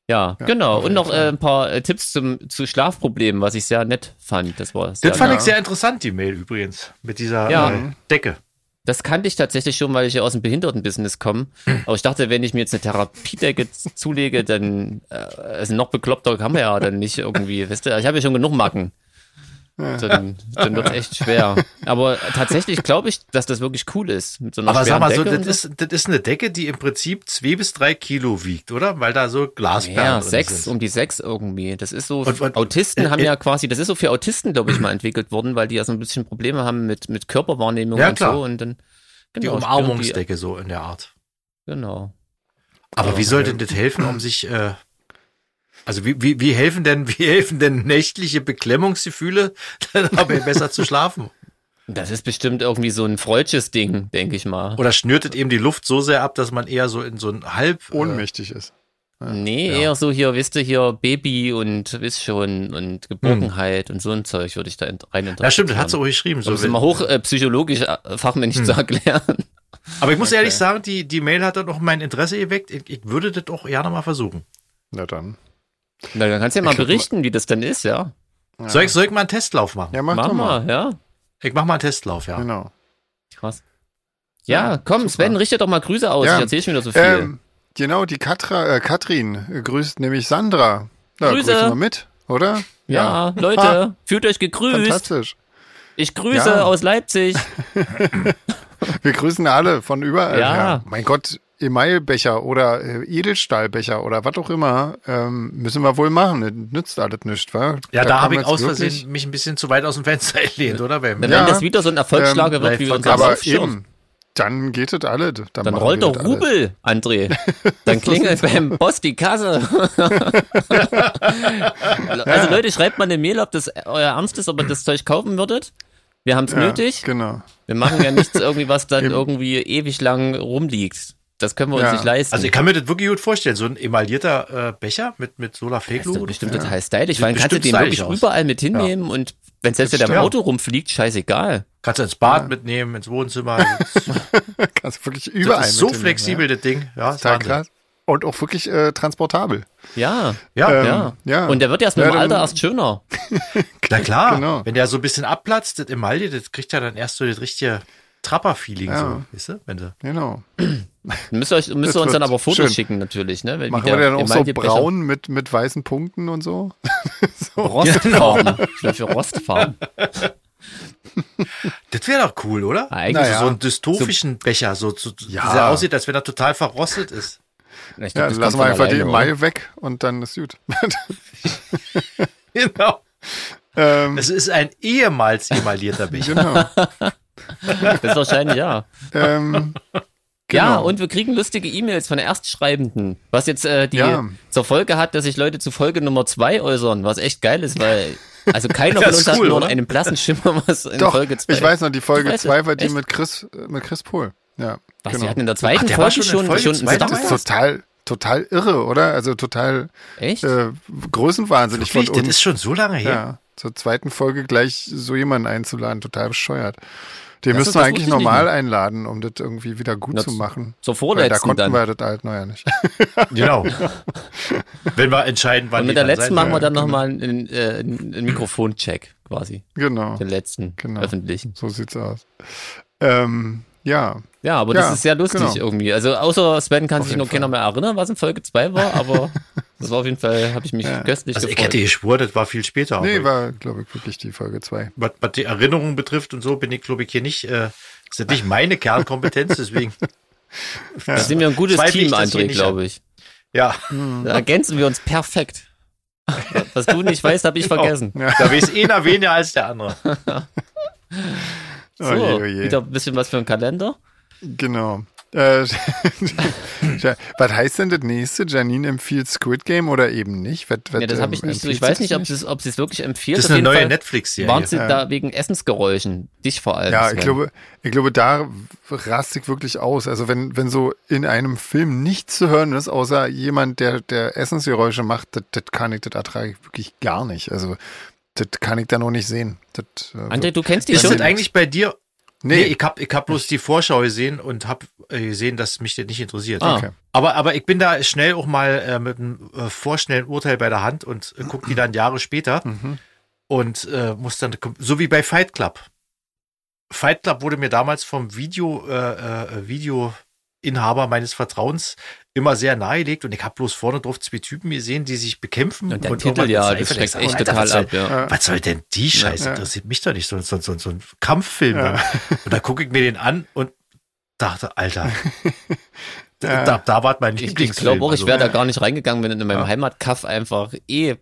Ja,
Ja,
genau.
auf
Und
jeden
noch äh,
Fall.
ein paar äh, Tipps zum, zu Schlafproblemen, was ich sehr nett fand. Das war sehr
Das fand
nett.
ich sehr interessant, die Mail übrigens, mit dieser
Ja.
äh, Decke.
das kannte ich tatsächlich schon, weil ich ja aus dem Behindertenbusiness komme. Aber ich dachte, wenn ich mir jetzt eine Therapiedecke z- zulege, dann äh, also noch bekloppter kann man ja dann nicht irgendwie. Weißt du, ich habe ja schon genug Macken. So, dann dann wird es echt schwer. Aber tatsächlich glaube ich, dass das wirklich cool ist. Mit so einer
Aber
schweren
sag mal so,
Decke und
das ist, das ist eine Decke, die im Prinzip zwei bis drei Kilo wiegt, oder? Weil da so Glasperlen
Ja,
drin
sechs,
sind.
um die sechs irgendwie. Das ist so,
Und- und-
Autisten
äh,
haben
äh,
ja quasi, das ist so für Autisten, glaube ich, mal entwickelt worden, weil die ja so ein bisschen Probleme haben mit, mit Körperwahrnehmung
Ja,
und
klar.
so und dann,
Die
genau. die-
Umarmungsdecke so in der Art.
Genau.
Aber wie soll denn das helfen, um sich, äh, also wie, wie, wie helfen denn, wie helfen denn nächtliche Beklemmungsgefühle, dabei besser zu schlafen?
Das ist bestimmt irgendwie so ein freudsches Ding, denke ich mal.
Oder schnürtet eben die Luft so sehr ab, dass man eher so in so ein halb äh,
Ohnmächtig ist.
nee,
ja.
eher so hier, wisst ihr, hier Baby und wisst schon und Geborgenheit und so ein Zeug würde ich da in- rein
ja stimmt, das hat sie
so.
auch geschrieben. So
Das ist immer
wenn,
hoch äh, psychologisch äh, fachmännisch zu erklären.
aber ich muss ehrlich sagen, die, die Mail hat dann auch mein Interesse geweckt. Ich, ich würde das auch gerne mal versuchen.
Na dann.
Na, dann kannst du ja mal
glaub, ma-
berichten, wie das dann ist, ja.
Soll, ich, soll ich mal einen Testlauf machen?
Ja, mach
Mach
doch mal.
mal, ja.
Ich mach mal einen Testlauf, ja.
Genau.
Krass. Ja, komm, Sven, richte doch mal Grüße aus.
Ja.
Ich erzähle schon wieder so viel.
Ähm, genau, die Katra, äh, Katrin äh, grüßt nämlich Sandra. Ja,
Grüße.
Grüßen wir mit, oder?
ja, Leute, fühlt euch gegrüßt.
Fantastisch.
Ich grüße
Ja.
aus Leipzig.
Wir grüßen alle von überall.
Ja.
her. Mein Gott, Emailbecher oder äh, Edelstahlbecher oder was auch immer, ähm, müssen wir wohl machen. Das nützt alles nichts, wa?
Ja, da,
kann
habe
man
ich
jetzt
aus Versehen
wirklich-
mich ein bisschen zu weit aus dem Fenster entlehnt, oder? Weil-
Wenn
Ja.
das wieder so ein Erfolgsschlager
Ähm,
wird wie
live
unser
verkauft.
Aber
Laufschirm,
eben, dann geht das alles. Dann,
dann
machen
rollt
wir
doch
das alles.
Rubel, André. Dann klingelt beim Boss die Kasse. also Leute, schreibt mal eine Mail, ob das euer Ernst ist, ob ihr das Zeug kaufen würdet. Wir haben es
Ja,
nötig.
Genau.
Wir machen ja nichts irgendwie, was dann
Eben.
irgendwie ewig lang rumliegt. Das können wir uns
Ja.
nicht leisten.
Also ich kann mir das wirklich gut vorstellen, so ein emaillierter äh, Becher mit, mit
Das ist
Solarfeglu.
doch bestimmt total stylisch. Vor allem
Sieht
kannst du
bestimmt
den wirklich
stylisch aus.
überall mit hinnehmen und wenn selbst wenn der im
Bestimmt.
Auto rumfliegt, scheißegal.
Kannst du ins Bad mitnehmen, ins Wohnzimmer.
Kannst du wirklich
Das
überall.
ist so
mit dem-
flexibel, das Ding. Ja,
Ja.
ist
Total
Wahnsinn.
krass. Und auch wirklich äh, transportabel.
Ja,
Ja,
Ähm,
ja.
ja.
Und der wird erst mit
Ja,
dem
dann-
Alter erst schöner.
na klar.
genau.
Wenn der so ein bisschen abplatzt, das Emaille, das kriegt ja dann erst so das richtige Trapper-Feeling,
Ja.
so, weißt du? Wenn du
Genau.
Müsst ihr, euch, müsst
Das
ihr uns dann
wird
aber Fotos
schön.
schicken natürlich, ne? Wenn- wie
Machen wir dann auch so
Emaillebecher-
braun mit, mit weißen Punkten und so?
Rostfarben. Ich will für Rostfarben.
das wäre doch cool, oder?
Eigentlich
so,
Naja.
so einen dystopischen Becher, so, so
Ja.
der aussieht, als wenn er total verrostet ist.
Na, ich glaub, das
Ja, dann
kommt
lassen wir
von
einfach die
alleine,
im Mai weg und dann ist gut.
Genau.
ähm,
Es ist ein ehemals emaillierter Becher.
genau.
oder? Das ist wahrscheinlich, ja.
ähm,
Ja,
Genau.
und wir kriegen lustige E-Mails von Erstschreibenden, was jetzt äh, die
Ja.
zur Folge hat, dass sich Leute zu Folge Nummer zwei äußern, was echt geil ist, weil also keiner
Ja,
von
ist
uns hat
cool,
nur
oder?
einen blassen Schimmer, was in
doch,
Folge zwei
ich weiß noch, die Folge
Weißt du,
2 war die
echt?
mit Chris, äh, mit Chris Pohl. Ja,
Was,
genau.
wir hatten in der zweiten
Ach, der war
Folge
schon
schon,
in Folge
schon
zwei
Das
dabei?
ist total, total irre, oder? Also total
Echt?
äh, größenwahnsinnig
Wirklich,
von
das
uns.
ist schon so lange her.
ja, zur zweiten Folge gleich so jemanden einzuladen, total bescheuert. Den
Das ist-
müssten
das
wir
wusste
eigentlich
ich nicht
normal
mehr.
einladen, um das irgendwie wieder gut
Na,
zu machen.
Zur
Weil da
vorletzten
konnten
dann.
wir das halt noch ja nicht.
Genau. Wenn wir entscheiden, wann
Und mit
die
der letzten
sein
machen wir
Ja,
dann
genau.
nochmal einen, äh, einen Mikrofoncheck quasi.
Genau,
Den letzten
Genau.
öffentlichen.
so sieht's aus. Ähm, ja,
Ja, aber
Ja,
das ist sehr lustig
genau.
irgendwie. Also außer Sven kann
Auf
sich
jeden
noch keiner mehr erinnern, was in Folge 2 war, aber das war auf jeden Fall, habe ich mich
Ja.
köstlich
Also ich
gefreut.
hätte geschwört, das war viel später. aber
nee, war, glaube ich, wirklich die Folge 2.
was, was die Erinnerungen betrifft und so, bin ich, glaube ich, hier nicht, äh, ist das nicht meine Kernkompetenz, deswegen,
Da sind wir ein gutes
Zweifle ich
Team,
das hier
André,
nicht
glaube ich.
ja,
Da ergänzen wir uns perfekt. Was du nicht weißt, habe ich
Genau.
vergessen.
da weiß einer weniger als der andere.
So,
Oje, oje.
wieder ein bisschen was für einen Kalender.
oh Genau. Äh, ja, was heißt denn das nächste? Janine empfiehlt Squid Game oder eben nicht? Was, was,
Ja, das habe ich
ähm,
nicht so.
empfiehlt
Ich weiß
sie
nicht, ob sie es ob sie es wirklich empfiehlt.
Das
Auf
ist eine
jeden
neue
Fall
Netflix-Serie.
Waren sie da wegen Essensgeräuschen? Dich vor allem.
Ja, ich
Sven.
glaube, ich glaube, da raste ich wirklich aus. Also wenn, wenn so in einem Film nichts zu hören ist, außer jemand, der, der Essensgeräusche macht, das, das kann ich, das ertrage ich wirklich gar nicht. Also das kann ich da noch nicht sehen. Das, äh,
André, du kennst die
Ist
schon.
das eigentlich bei dir? Nee,
nee,
ich hab, ich hab bloß die Vorschau gesehen und hab äh, gesehen, dass mich das nicht interessiert.
Ah.
okay.
Aber, aber ich bin da schnell auch mal äh, mit einem äh, vorschnellen Urteil bei der Hand und äh, guck die dann Jahre später
Mhm.
und äh, muss dann, so wie bei Fight Club. Fight Club wurde mir damals vom Video, äh, äh, Videoinhaber meines Vertrauens immer sehr nahegelegt und ich habe bloß vorne drauf zwei Typen gesehen, die sich bekämpfen.
Und der
irgendwann
Titel, ja,
verzweifeln.
das
Ich
schreckt
sag,
echt
Alter,
total
was soll-
ab, ja.
Ja.
was soll denn die Scheiße?
Ja.
Interessiert mich doch nicht. So, so, so, so ein Kampffilm. Dann. Und da gucke ich mir den an und dachte, Alter, da, da, da war mein
Ich, ich
Lieblingsfilm.
glaube auch, ich
Also,
wäre da gar nicht reingegangen, wenn in meinem
äh, Ja.
Heimatkaff einfach eh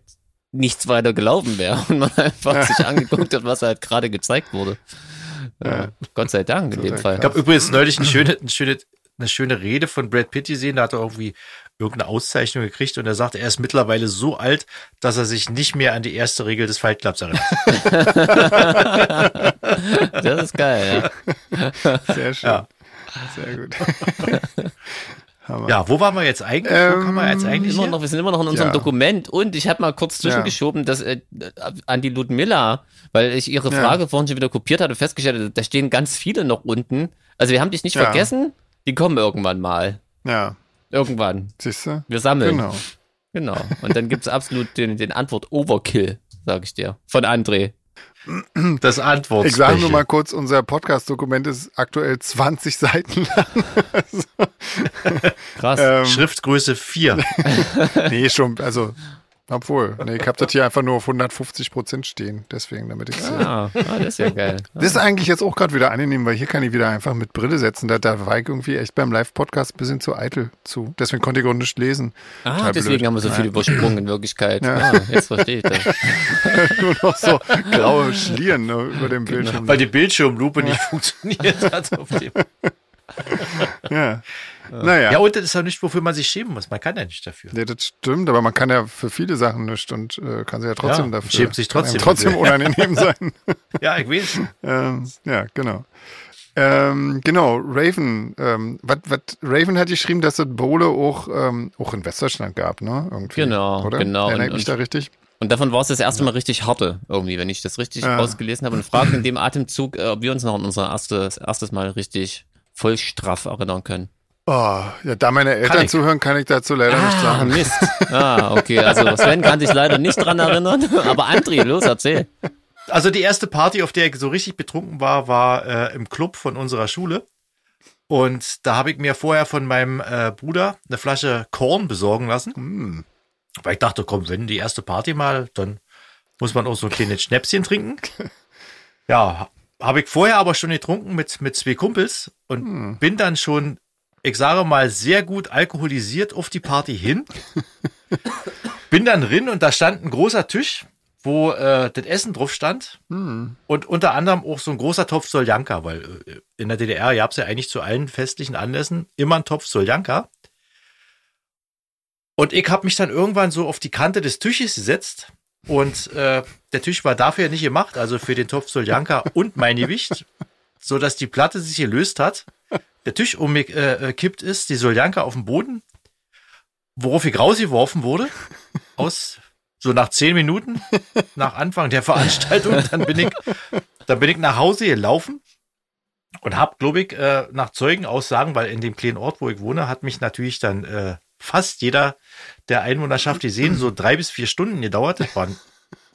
nichts weiter gelaufen wäre und man einfach sich angeguckt hat, was halt gerade gezeigt wurde.
Ja.
Äh, Gott sei Dank in
Gott
dem
sei
Fall.
ich habe übrigens neulich eine schöne, eine, schöne, eine schöne Rede von Brad Pitt gesehen. Da hat er irgendwie irgendeine Auszeichnung gekriegt und er sagt, er ist mittlerweile so alt, dass er sich nicht mehr an die erste Regel des Fight Clubs erinnert.
Das ist geil,
Sehr schön.
Ja.
Sehr gut. Hammer.
ja, wo waren wir jetzt eigentlich? wo kann man jetzt
ja.
eigentlich
Immer
hin?
noch, wir sind immer noch in unserem
Ähm, Ja.
Dokument und ich habe mal kurz zwischengeschoben, dass äh, an die Ludmilla, weil ich ihre
Ja.
Frage vorhin schon wieder kopiert hatte, festgestellt, da stehen ganz viele noch unten. Also wir haben dich nicht
Ja.
vergessen, die kommen irgendwann mal.
Ja,
Irgendwann.
siehst du?
Wir sammeln.
Genau.
Genau. Und dann gibt's absolut den, den Antwort Overkill, sag ich dir. Von André.
Das Antwort.
Ich sage nur mal kurz, unser Podcast-Dokument ist aktuell 20 Seiten lang.
Krass.
Ähm.
Schriftgröße 4.
Nee, schon, also, obwohl. Nee, ich habe das hier einfach nur auf 150 Prozent stehen, deswegen, damit ich sehe.
Ah, ah, das ist ja geil.
Das ist eigentlich jetzt auch gerade wieder angenehm, weil hier kann ich wieder einfach mit Brille setzen. Da, da war ich irgendwie echt beim Live-Podcast ein bisschen zu eitel zu. Deswegen konnte ich auch nicht lesen.
Ah,
Total
deswegen
blöd.
haben wir so viel übersprungen in Wirklichkeit.
Ja.
Ah, jetzt verstehe ich das.
Nur noch so graue Schlieren ne, über dem
Genau.
Bildschirm.
Weil die Bildschirmlupe nicht funktioniert hat auf dem
Ja. Naja.
Ja, und das ist ja nicht, wofür man sich schämen muss. Man kann ja nicht dafür.
Ja, das stimmt, aber man kann ja für viele Sachen nicht und äh, kann sich ja trotzdem
Ja,
dafür.
schämt sich trotzdem
Kann einem trotzdem unangenehm sein.
Ja, ich weiß.
ähm, ja, genau. Ähm, genau, Raven, ähm, wat, wat, Raven hat geschrieben, dass es Bowle auch, ähm, auch in Westdeutschland gab, ne? Irgendwie,
Genau,
oder?
genau.
Erinnere ich
Und-
mich da richtig?
Und davon war es das erste Mal richtig harte, irgendwie, wenn ich das richtig
Ja.
ausgelesen habe. Und fragen in dem Atemzug, äh, ob wir uns noch an unser erstes, erstes Mal richtig voll straff erinnern können.
Oh, ja, da meine Eltern
Kann ich.
zuhören, kann ich dazu leider nicht
Ah,
sagen.
Mist. Ah, okay. Also Sven kann sich leider nicht dran erinnern. Aber André, los, erzähl.
Also die erste Party, auf der ich so richtig betrunken war, war äh, im Club von unserer Schule. Und da habe ich mir vorher von meinem äh, Bruder eine Flasche Korn besorgen lassen. Weil ich dachte, komm, wenn die erste Party mal, dann muss man auch so ein kleines Schnäpschen trinken. Ja, habe ich vorher aber schon getrunken mit, mit zwei Kumpels und bin dann schon, ich sage mal, sehr gut alkoholisiert auf die Party hin. bin dann rin und da stand ein großer Tisch, wo äh, das Essen drauf stand.
Hm,
Und unter anderem auch so ein großer Topf Soljanka, weil äh, in der DDR gab es ja eigentlich zu allen festlichen Anlässen immer einen Topf Soljanka. Und ich habe mich dann irgendwann so auf die Kante des Tisches gesetzt. Und äh, der Tisch war dafür nicht gemacht, also für den Topf Soljanka und mein Gewicht, sodass die Platte sich gelöst hat. Der Tisch um umgekippt äh, ist, die Soljanka auf dem Boden, worauf ich rausgeworfen wurde, aus so nach zehn Minuten nach Anfang der Veranstaltung. Dann bin ich, dann bin ich nach Hause gelaufen und habe, glaube ich, äh, nach Zeugenaussagen, weil in dem kleinen Ort, wo ich wohne, hat mich natürlich dann äh, fast jeder der Einwohnerschaft gesehen. So drei bis vier Stunden gedauert. Das waren,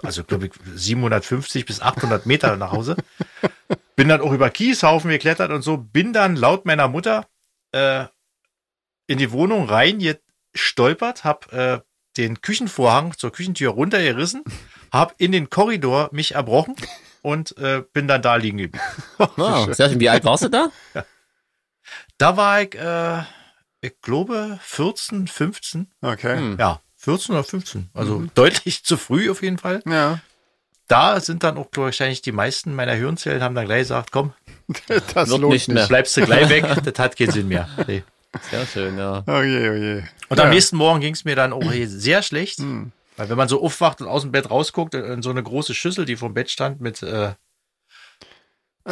also glaube ich, 750 bis 800 Meter nach Hause. Bin dann auch über Kieshaufen geklettert und so. Bin dann laut meiner Mutter äh, in die Wohnung rein gestolpert, hab äh, den Küchenvorhang zur Küchentür runtergerissen, hab in den Korridor mich erbrochen und äh, bin dann da liegen geblieben.
Wow, sehr schön. Ah, Wie alt warst du da?
Da war ich, äh, ich glaube, 14, 15.
Okay.
Hm.
Ja, 14 oder 15. Also deutlich zu früh auf jeden Fall.
Ja,
Da sind dann auch wahrscheinlich die meisten meiner Hirnzellen haben dann gleich gesagt, komm,
das
Wird
lohnt
nicht
nicht.
mehr.
bleibst du gleich weg, das hat keinen Sinn mehr. Nee.
Sehr schön, ja.
Oh je, oh je.
Und
Ja.
am nächsten Morgen ging es mir dann auch hier sehr schlecht. Weil wenn man so aufwacht und aus dem Bett rausguckt, äh, in so eine große Schüssel, die vom Bett stand, mit äh,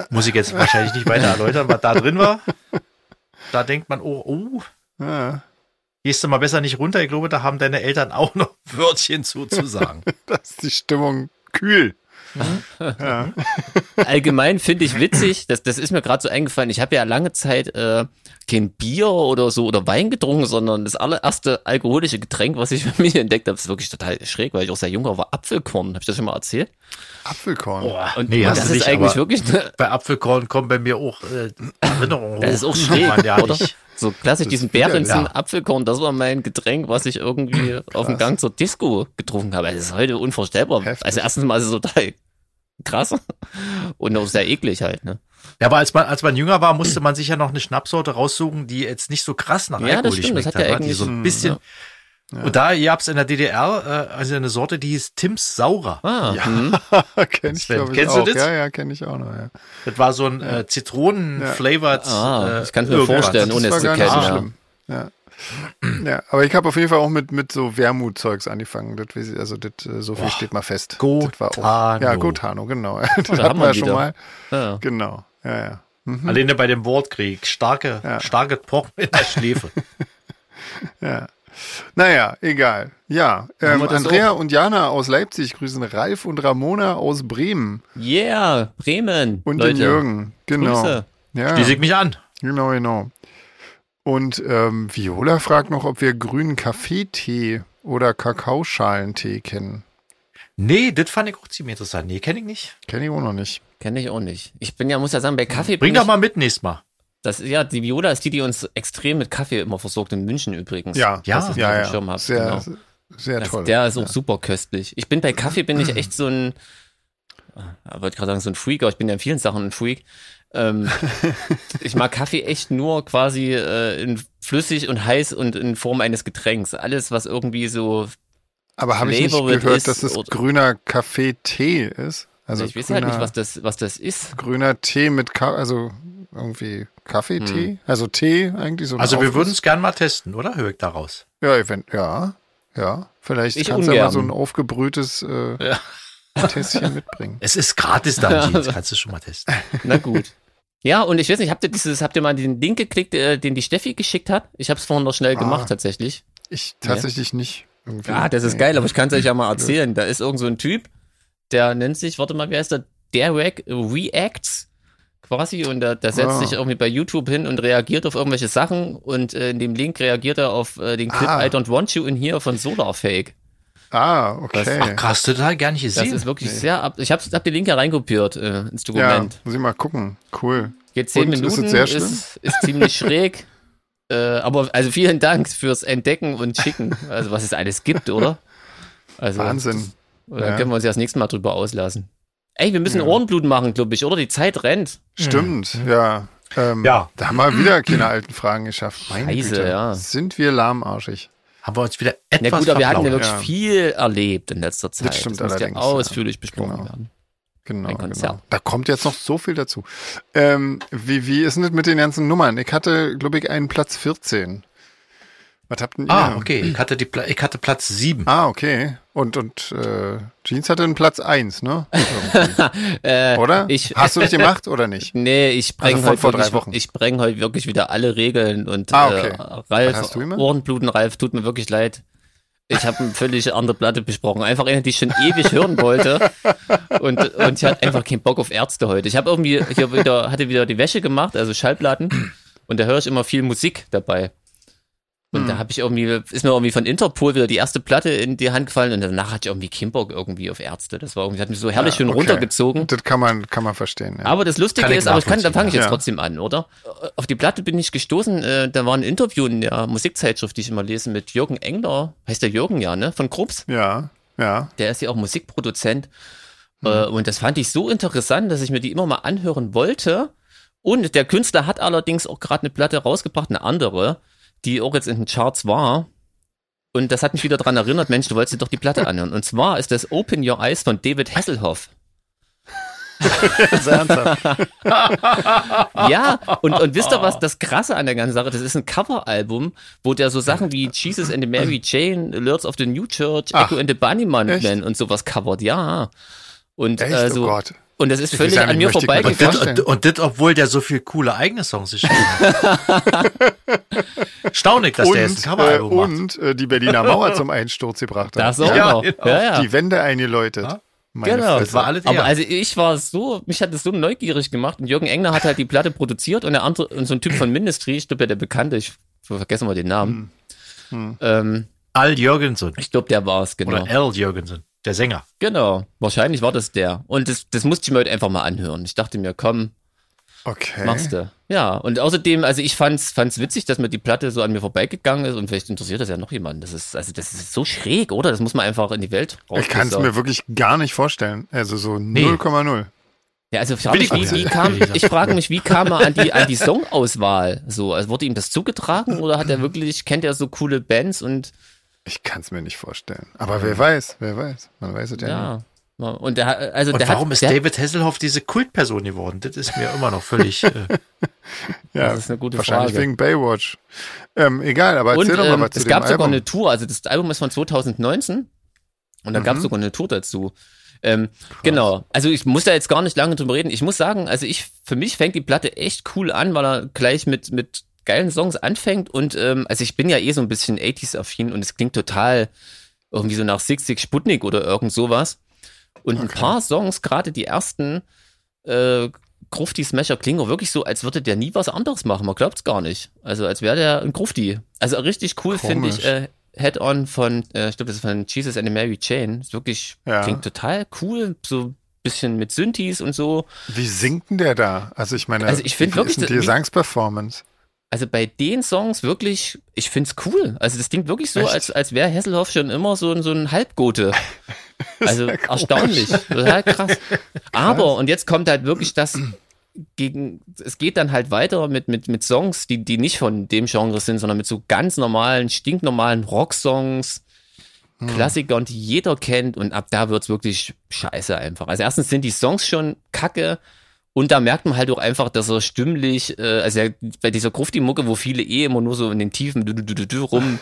muss ich jetzt wahrscheinlich nicht weiter erläutern, was da drin war. Da denkt man, oh, oh,
Ja,
gehst du mal besser nicht runter. Ich glaube, da haben deine Eltern auch noch Wörtchen zu, zu sagen.
das ist die Stimmung kühl. Ja.
Allgemein finde ich witzig, das, das ist mir gerade so eingefallen, ich habe ja lange Zeit äh, kein Bier oder so oder Wein getrunken, sondern das allererste alkoholische Getränk, was ich für mich entdeckt habe, ist wirklich total schräg, weil ich auch sehr jung war, war Apfelkorn. Habe ich das schon mal erzählt?
Apfelkorn.
Boah,
Und, und
hast
das
du
ist
nicht,
eigentlich
aber
wirklich eine,
Bei Apfelkorn kommen bei mir auch äh, Erinnerungen
Das ist
hoch.
auch schräg,
Man, ja,
oder?
nicht.
So klassisch,
Das
diesen
ist wieder-
Bärensen,
ja.
Apfelkorn, das war mein Getränk, was ich irgendwie auf dem Gang zur Disco getrunken habe. Das ist heute unvorstellbar.
Heftig.
Also erstens mal ist es total krass und auch sehr eklig halt. Ne?
Ja, aber als man, als man jünger war, musste man sich ja noch eine Schnapsorte raussuchen, die jetzt nicht so krass nach
Ja, das
Alkohol
stimmt, das hat
geschmeckt
ja
hat, ne? die
eigentlich-
so ein bisschen. Und da gab's in der DDR äh, also eine Sorte, die hieß Tims Saurer.
Ah, hm.
Ja, kenn ich,
Sven,
glaube ich,
kennst du
auch.
das?
Ja, ja, kenne ich auch noch. Ja.
Das war so ein äh, Zitronen-flavored.
Ah,
äh,
ich kann's mir
irgendwas.
vorstellen,
Das
ohne es
war
zu
gar
kennen.
nicht so
Ja.
schlimm. Ja. ja, aber ich habe auf jeden Fall auch mit, mit so Wermutzeugs angefangen. Das, weiß ich- also das, äh, so viel steht mal fest. Das war auch, ja,
Gotano.
Gotano, genau. Das
da haben wir
hatten wir ja
ihn
schon
wieder.
mal.
Ja.
Genau, ja, ja. Mhm.
Alleine bei dem Wortkrieg. Starke,
Ja.
starke Pochen in der Schläfe.
Ja. Naja, egal. Ja,
Haben
ähm,
wir das
Andrea und Jana aus Leipzig grüßen Ralf und Ramona aus Bremen
Yeah, Bremen.
und
Leute.
den Jürgen. Genau.
Grüße.
Ja,
Die sieht mich an.
genau, genau. Und ähm, Viola fragt noch, ob wir grünen Kaffeetee oder Kakaoschalentee kennen.
Nee, das fand ich auch ziemlich interessant. Nee, kenne ich nicht.
Kenne ich auch noch nicht.
Kenne ich auch nicht. Ich bin ja, muss ja sagen, bei Kaffee
Bring
bin
doch
ich,
mal mit nächstes Mal.
Das, ist- ja, die Viola ist die, die uns extrem mit Kaffee immer versorgt, in München übrigens.
Ja,
Ja.
Falls ihr es nicht auf
ja,
dem
ja.
Schirm habt,
sehr,
genau.
sehr
Das-
toll.
Der ist auch super köstlich. Ich bin bei Kaffee, bin ich echt so ein, ah, ich wollte gerade sagen, so ein Freak, aber ich bin ja in vielen Sachen ein Freak. Ähm, ich mag Kaffee echt nur quasi äh, in flüssig und heiß und in Form eines Getränks. Alles, was irgendwie so,
Aber habe ich nicht
Flavored
gehört,
ist
dass es
oder-
grüner Kaffeetee ist? Also
ich weiß
grüner,
halt nicht, was das, was das ist.
grüner Tee mit Ka also irgendwie Kaffeetee,
Hm.
also Tee eigentlich so. ein
Also wir
Aufguss.
würden es gern mal testen, oder? Höre ich daraus.
Ja, event ja, ja. Vielleicht
Ich
kannst du ja mal
ungern.
so ein aufgebrühtes äh,
Ja.
Tässchen mitbringen.
Es ist gratis dann, das kannst du schon mal testen.
Na gut. Ja, und ich weiß nicht, habt ihr dieses, habt ihr mal den Link geklickt, äh, den die Steffi geschickt hat? Ich habe es vorhin noch schnell
Ah.
gemacht tatsächlich.
Ich tatsächlich nicht. Irgendwie.
Ja, Ah, das ist
Nee.
geil, aber ich kann es euch ja mal erzählen. Da ist irgend so ein Typ, der nennt sich, warte mal, wie heißt der? Derek Reacts quasi und der, der setzt
Ah.
sich irgendwie bei YouTube hin und reagiert auf irgendwelche Sachen und äh, in dem Link reagiert er auf äh, den Clip
Ah.
I Don't Want You in Here von Solarfake.
Ah,
Ach,
okay.
krass, total gar nicht
Das
gesehen.
ist wirklich sehr ab. Ich hab's, hab den Link ja reinkopiert äh, ins
Ja,
Dokument.
muss ich mal gucken. Cool.
Geht zehn
Und, ist es
Minuten,
sehr
ist,
schlimm?
ist, ziemlich schräg. Äh, aber also vielen Dank fürs Entdecken und Schicken. Also was es alles gibt, oder? Also,
Wahnsinn.
Oder
Ja.
können wir uns ja das nächste Mal drüber auslassen. Ey, wir müssen Ohrenblut machen, glaube ich, oder? Die Zeit rennt.
Stimmt,
Mhm.
ja. Ähm,
Ja.
Da haben wir wieder keine alten Fragen geschafft. Meine
Scheiße,
Güte,
ja.
Sind wir lahmarschig.
Haben wir uns wieder
Na
etwas
gut, aber wir hatten ja
verplaudert.
wirklich
ja.
viel erlebt in letzter Zeit.
stimmt
muss
allerdings,
ja ausführlich besprochen
Genau.
werden.
Genau,
Ein Konzert.
genau. Da kommt jetzt noch so viel dazu. Ähm, wie, wie ist denn das mit den ganzen Nummern? Ich hatte, glaube ich, einen Platz 14. Was habt denn ihr?
Ah, okay. Ich hatte, die, Pla- ich hatte Platz 7.
Ah, okay. Und, und äh, Jeans hatte einen Platz 1, ne?
Äh,
Oder?
Ich,
Hast du das gemacht oder nicht?
nee, ich spreng
Also von
heute
vor drei
wirklich,
Wochen.
Ich spreng heute wirklich wieder alle Regeln und
Ah, okay.
äh, Ralf,
Was hast du gemacht?
Ohrenbluten, Ralf, tut mir wirklich leid. Ich habe eine völlig andere Platte besprochen. Einfach eine, die ich schon ewig hören wollte. Und, und ich hatte einfach keinen Bock auf Ärzte heute. Ich habe irgendwie, ich hab wieder, hatte wieder die Wäsche gemacht, also Schallplatten. Und da höre ich immer viel Musik dabei. Und
Hm.
da habe ich irgendwie, ist mir irgendwie von Interpol wieder die erste Platte in die Hand gefallen und danach hatte ich irgendwie Kimburg irgendwie auf Ärzte. Das war irgendwie, hat mich so herrlich schön
Ah, okay.
runtergezogen.
Das kann man, kann man verstehen. Ja.
Aber das Lustige
Kann ich
ist, aber ich kann, dann fange ich jetzt
nachvollziehen, ja.
trotzdem an, oder? Auf die Platte bin ich gestoßen, äh, da war ein Interview in der Musikzeitschrift, die ich immer lese, mit Jürgen Engler, heißt der Jürgen ja, ne? Von Krups.
ja, ja.
Der ist ja auch Musikproduzent. Äh, und das fand ich so interessant, dass ich mir die immer mal anhören wollte. Und der Künstler hat allerdings auch gerade eine Platte rausgebracht, eine andere, die auch jetzt in den Charts war. Und das hat mich wieder daran erinnert, Mensch, du wolltest dir doch die Platte anhören. Und zwar ist das Open Your Eyes von David Hasselhoff.
Ganz ernsthaft.
Ja, und, und wisst ihr was, das Krasse an der ganzen Sache, das ist ein Coveralbum, wo der so Sachen wie Jesus and the Mary Jane, Lords of the New Church,
Ach,
Echo and the Bunnyman
echt?
Man und sowas covert, ja. Und
Echt?
äh, so,
oh Gott.
und das ist
Ich
völlig
weiß ja
an
nicht,
mir
möchte ich mir
Und
Kann
vorbeigegangen.
das-
das,
vorstellen.
und das, obwohl der so viele coole eigene Songs geschrieben hat. Staunig, dass
und,
der jetzt ein
äh,
Coveralbum macht.
und äh, die Berliner Mauer zum Einsturz gebracht hat.
Das auch
Ja,
noch.
genau.
Ja, ja.
Die Wände eingeläutet.
Ja.
Meine
Genau.
Fresse.
Das war alles
Aber
er.
also ich war so, mich hat es so neugierig gemacht und Jürgen Engler hat halt die Platte produziert und der andere, und so ein Typ von Ministry, ich glaube ja der Bekannte, ich vergesse mal den Namen.
Hm.
Ähm,
Al Jürgensen.
ich glaube, der war es, genau.
Oder Al Jürgensen, der Sänger.
Genau, wahrscheinlich war das der. Und das, das musste ich mir heute einfach mal anhören. Ich dachte mir, komm,
okay.
machst du. Ja, und außerdem, also ich fand's, fand's witzig, dass mir die Platte so an mir vorbeigegangen ist und vielleicht interessiert das ja noch jemanden. Das ist, also das ist so schräg, oder? Das muss man einfach in die Welt
Ich kann es
rausposaunen.
mir wirklich gar nicht vorstellen. Also so 0,0.
Ja, also ich frage mich,
Will ich
wie, wie
nicht.
kam,
Will ich nicht.
ich frage mich, wie kam er an die, an die Songauswahl? So, also wurde ihm das zugetragen oder hat er wirklich, kennt er so coole Bands und
Ich kann es mir nicht vorstellen. Aber wer weiß, wer weiß. Man weiß es ja, nicht.
ja. Und der, hat- also
Und
der
warum
hat,
ist
der,
David Hasselhoff diese Kultperson geworden? Das ist mir immer noch völlig. Äh,
Ja,
Das ist eine gute
wahrscheinlich
Frage.
wegen Baywatch. Ähm, egal, aber erzähl
und,
doch mal
ähm,
was zu
es
dem
gab sogar
Album.
eine Tour, also das Album ist von 2019 und da gab es
Mhm.
sogar eine Tour dazu. Ähm, genau, also ich muss da jetzt gar nicht lange drüber reden. Ich muss sagen, also ich, für mich fängt die Platte echt cool an, weil er gleich mit, mit geilen Songs anfängt und ähm, also ich bin ja eh so ein bisschen 80s-affin und es klingt total irgendwie so nach Six Six Sputnik oder irgend sowas. Und ein paar Songs, gerade die ersten, äh, Grufti Smasher klingen auch wirklich so, als würde der nie was anderes machen. Man glaubt's gar nicht. Also als wäre der ein Grufti. Also richtig cool finde ich
Komisch.
äh, Head On von, äh, ich glaube, das ist von Jesus and the Mary Chain. Ist wirklich
Ja.
klingt total cool, so ein bisschen mit Synthes und so.
Wie singt denn der da? Also ich meine,
Also ich find
wie
wirklich,
ist denn die
wie-
Gesangsperformance?
Also bei den Songs wirklich, ich find's cool. Also das klingt wirklich so,
Echt?
als, als wäre Hesselhoff schon immer so, ein- so ein Halbgote. Also
ja komisch.
erstaunlich, total krass. Aber, und jetzt kommt halt wirklich das gegen, es geht dann halt weiter mit, mit, mit Songs, die, die nicht von dem Genre sind, sondern mit so ganz normalen, stinknormalen Rocksongs, Klassikern, die jeder kennt und ab da wird's wirklich scheiße einfach. Also erstens sind die Songs schon kacke, und da merkt man halt auch einfach, dass er stimmlich, äh, also er, bei dieser Grufti-Mucke, wo viele eh immer nur so in den Tiefen dü- dü- dü- dü- dü rum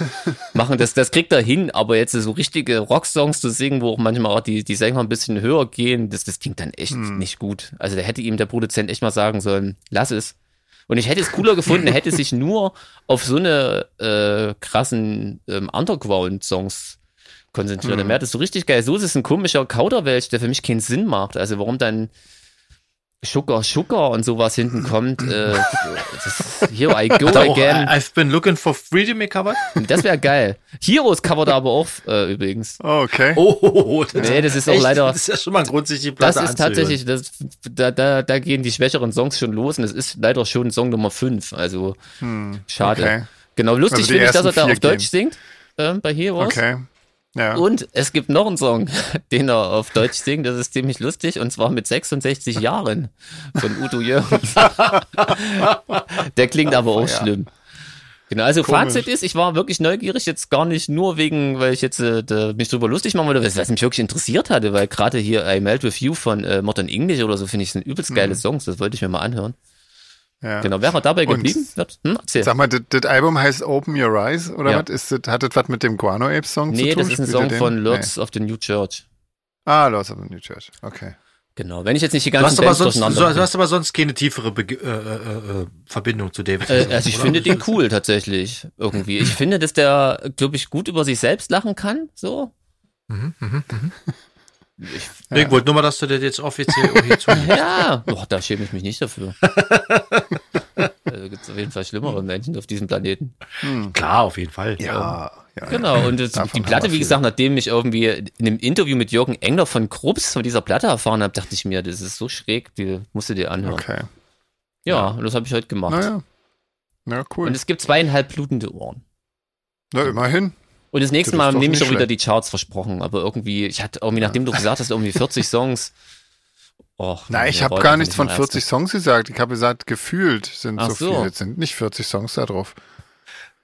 machen, das, das kriegt er hin, aber jetzt so richtige Rocksongs zu singen, wo auch manchmal auch die, die Sänger ein bisschen höher gehen, das, das klingt dann echt nicht gut. Also da hätte ihm der Produzent echt mal sagen sollen, lass es. Und ich hätte es cooler gefunden, er hätte sich nur auf so eine äh, krassen ähm, Underground-Songs konzentriert. Dann wäre das so richtig geil. So ist es ein komischer Kauderwelsch, der für mich keinen Sinn macht. Also warum dann Sugar Sugar und sowas hinten kommt, äh, das, here I go
hat er auch,
again.
I- I've been looking for freedom recovered.
Das wäre geil. Heroes covert er aber auch äh, übrigens.
Okay.
Oh, oh, oh, oh,
Nee, das ist auch
echt,
leider-
Das ist ja schon mal ein Grund, sich die
Das
Platte
ist
anzuhören.
tatsächlich, das, da, da, da gehen die schwächeren Songs schon los und es ist leider schon Song Nummer 5. Also schade.
Hm, okay.
Genau, lustig
Also die
finde ich, dass er
ersten
da auf
vier
Deutsch singt ähm, bei Heroes.
Okay. Ja.
Und es gibt noch einen Song, den er auf Deutsch singt, das ist ziemlich lustig, und zwar mit 66 Jahren von Udo Jürgens. Der klingt aber auch schlimm. Genau, also
Komisch.
Fazit ist, ich war wirklich neugierig, jetzt gar nicht nur wegen, weil ich jetzt äh, da, mich drüber lustig machen wollte, was, was mich wirklich interessiert hatte, weil gerade hier I Melt With You von äh, Modern English oder so, finde ich, sind übelst geile Songs, das wollte ich mir mal anhören.
Mhm. ja.
Genau, wäre er dabei
Und-
geblieben? Wird, hm, erzähl.
Sag mal, das- das Album heißt Open Your Eyes oder
Ja.
was? Ist das, hat das was mit dem Guano Apes Song zu
Nee,
tun?
das ist ein
Spielt
Song
er den?
von Lords of the New Church.
Nee. Ah, Lords of the New Church. Okay.
Genau, wenn ich jetzt nicht die
Du
ganzen
hast, aber
Bands
sonst,
durcheinander
du hast du hast aber sonst keine tiefere Bege äh, äh, äh, Verbindung zu David
Äh, also ich
oder?
finde den cool tatsächlich irgendwie. Ich finde, dass der, glaube ich, gut über sich selbst lachen kann. So.
Nee, Ich wollte nur mal, dass du das jetzt offiziell auch hier zu
Ja, Boah, da schäme ich mich nicht dafür. Also, gibt es auf jeden Fall schlimmere Menschen auf diesem Planeten.
Klar, auf jeden Fall. Ähm,
Ja, ja.
Genau, und das,
Davon
die
haben wir
Platte, wie
viel.
gesagt, nachdem ich irgendwie in einem Interview mit Jürgen Engler von Krups von dieser Platte erfahren habe, dachte ich mir, das ist so schräg, die musst du dir anhören.
Okay.
Ja, und das habe ich heute gemacht.
Naja. Na
Und
cool.
es gibt zweieinhalb blutende Ohren.
Na, immerhin.
Und das nächste
Das ist
Mal
doch
nehme ich
nicht
auch wieder die Charts versprochen, aber irgendwie, ich hatte irgendwie, nachdem du gesagt hast, irgendwie 40 Songs. Och,
Na, ich
mir
habe
rollt
gar
einfach
nichts von
mehr
40 Songs gesagt. Ich habe gesagt, gefühlt sind
Ach
so,
so.
viele. Es sind nicht 40 Songs da drauf.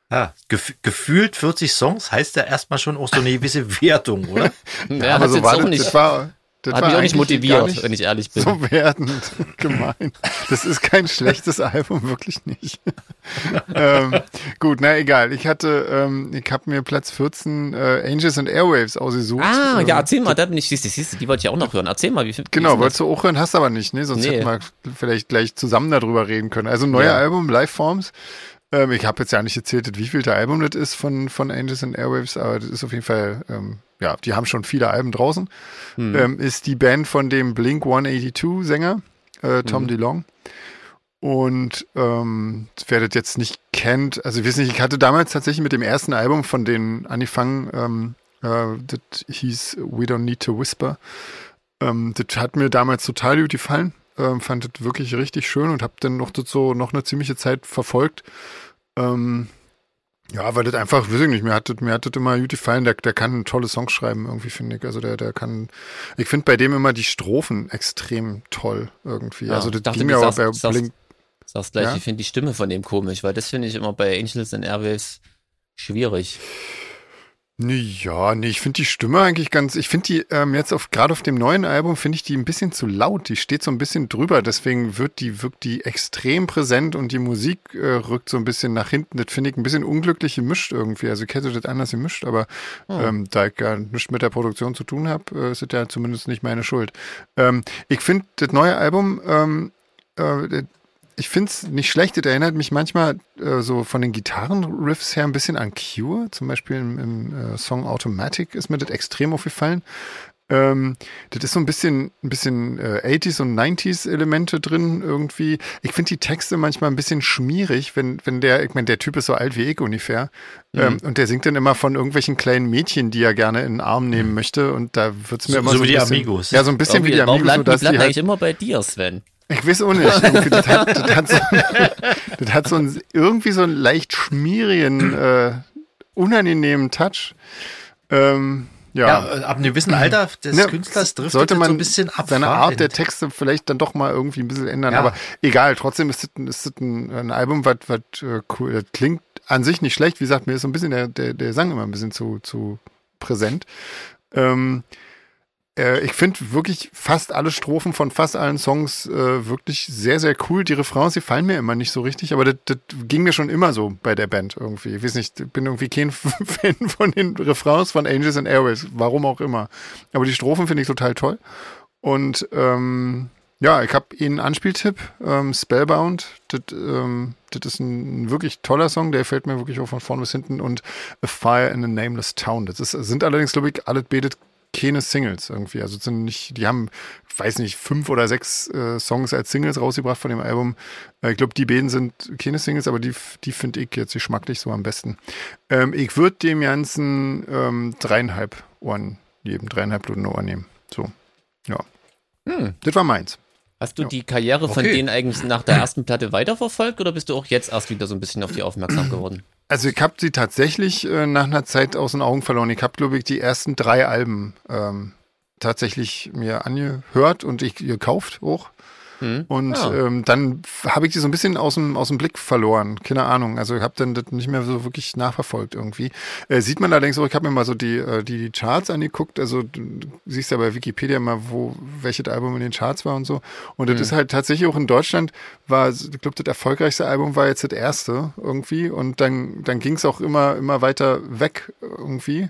Ja, gef gefühlt 40 Songs heißt ja erstmal schon auch so eine gewisse Wertung, oder?
Ernst. Ja, hat jetzt auch
das,
nicht,
das war, das
hat
war
mich auch
eigentlich
nicht
gar
motiviert,
nicht
wenn ich ehrlich bin.
so werdend gemein. Das ist kein schlechtes Album, wirklich nicht. ähm, gut, na egal. Ich hatte, ähm, ich habe mir Platz 14 äh, Angels and Airwaves ausgesucht.
ah,
ähm,
ja, erzähl mal, da bin ich, siehst du, siehst du, die wollte ich auch noch hören. Erzähl mal, wie viel.
Genau,
wie ist
wolltest du auch hören, hast aber nicht, ne? Sonst
Nee.
hätten wir vielleicht gleich zusammen darüber reden können. Also neuer
Ja.
Album, Lifeforms. Ähm, ich habe jetzt ja nicht gezählt, wie viel der Album das ist von, von Angels and Airwaves, aber das ist auf jeden Fall, ähm, ja, die haben schon viele Alben draußen. Ähm, ist die Band von dem Blink 182-Sänger, äh, Tom DeLong. Und ähm, wer das jetzt nicht kennt, also ich weiß nicht, ich hatte damals tatsächlich mit dem ersten Album von denen angefangen, ähm, äh, das hieß We Don't Need to Whisper. Ähm, das hat mir damals total gut gefallen. Ähm, fand das wirklich richtig schön und habe dann noch das so noch eine ziemliche Zeit verfolgt. Ähm, ja, weil das einfach, weiß ich nicht, mir hat das, mir hat das immer gut gefallen. Der, der kann tolle Songs schreiben, irgendwie, finde ich. Also der, der kann, ich finde bei dem immer die Strophen extrem toll, irgendwie.
Ja,
also das
dachte,
ging
du
mir aber
sagst-
bei
sagst-
Blink.
das? Sag's gleich,
Ja?
ich finde die Stimme von dem komisch, weil das finde ich immer bei Angels and Airwaves schwierig.
Nee, ja, nee, ich finde die Stimme eigentlich ganz, ich finde die ähm, jetzt auf, gerade auf dem neuen Album finde ich die ein bisschen zu laut. Die steht so ein bisschen drüber, deswegen wird die, wirkt die extrem präsent und die Musik äh, rückt so ein bisschen nach hinten. Das finde ich ein bisschen unglücklich gemischt irgendwie. Also ich hätte das anders gemischt, aber ähm, da ich gar nichts mit der Produktion zu tun habe, äh, ist das ja zumindest nicht meine Schuld. Ähm, ich finde das neue Album, ähm, äh, ich finde es nicht schlecht, das erinnert mich manchmal äh, so von den Gitarrenriffs her ein bisschen an Cure. Zum Beispiel im, im äh, Song Automatic ist mir das extrem aufgefallen. Ähm, das ist so ein bisschen, ein bisschen äh, 80s und 90s Elemente drin irgendwie. Ich finde die Texte manchmal ein bisschen schmierig, wenn, wenn der, ich meine, der Typ ist so alt wie ich ungefähr.
Mhm.
Ähm, und der singt dann immer von irgendwelchen kleinen Mädchen, die er gerne in den Arm nehmen möchte. Und da wird es mir
Mhm. So-
immer
so
so ein
wie die
bisschen,
Amigos.
Ja, so ein bisschen wie die
Irgendwie, warum
Amigos, nur
landen die
dass die
Platten
halt
eigentlich immer bei dir, Sven?
ich weiß auch nicht. Irgendwie, Das hat, das hat, so, das hat so einen, irgendwie so einen leicht schmierigen, äh, unangenehmen Touch. Ähm,
Ja,
ja.
äh, ab einem gewissen Alter des
Ne,
Künstlers driftet
sollte
das
man
so ein bisschen ab.
seine
wa?
Art der Texte vielleicht dann doch mal irgendwie ein bisschen ändern.
Ja.
Aber egal, trotzdem ist das, ein- ist das ein, ein Album, was was, äh, cool das klingt. An sich nicht schlecht. Wie gesagt, mir ist so ein bisschen der, der, der Sang immer ein bisschen zu, zu präsent. Ähm, äh, ich finde wirklich fast alle Strophen von fast allen Songs äh, wirklich sehr, sehr cool. Die Refrains, die fallen mir immer nicht so richtig, aber das, das ging mir schon immer so bei der Band irgendwie. Ich weiß nicht, ich bin irgendwie kein Fan von den Refrains von Angels and Airways, warum auch immer. Aber die Strophen finde ich total toll. Und ähm, ja, ich habe Ihnen einen Anspieltipp, ähm, Spellbound. Das, ähm, das ist ein wirklich toller Song, der fällt mir wirklich auch von vorn bis hinten. Und A Fire in a Nameless Town. Das ist, sind allerdings, glaube ich, alles betet keine Singles irgendwie. Also es sind nicht, die haben, ich weiß nicht, fünf oder sechs äh, Songs als Singles rausgebracht von dem Album. Äh, ich glaube, die beiden sind keine Singles, aber die, f- die finde ich jetzt geschmacklich so am besten. Ähm, ich würde dem Ganzen ähm, dreieinhalb Ohren, jedem dreieinhalb blutende Ohren nehmen. So. Ja. Das war meins.
Hast du die Karriere von
Okay.
denen eigentlich nach der ersten Platte weiterverfolgt oder bist du auch jetzt erst wieder so ein bisschen auf die aufmerksam geworden?
Also ich habe sie tatsächlich äh, nach einer Zeit aus den Augen verloren. Ich habe, glaube ich, die ersten drei Alben ähm, tatsächlich mir angehört und ich gekauft auch. Und
Ah.
ähm, dann f- habe ich die so ein bisschen aus dem, aus dem Blick verloren. Keine Ahnung. Also ich habe dann das nicht mehr so wirklich nachverfolgt irgendwie. Äh, sieht man allerdings auch, ich habe mir mal so die, äh, die, die Charts angeguckt. Also du siehst ja bei Wikipedia mal, wo welches Album in den Charts war und so. Und das ist halt tatsächlich auch in Deutschland, war, ich glaube, das erfolgreichste Album war jetzt das erste irgendwie. Und dann, dann ging es auch immer, immer weiter weg irgendwie.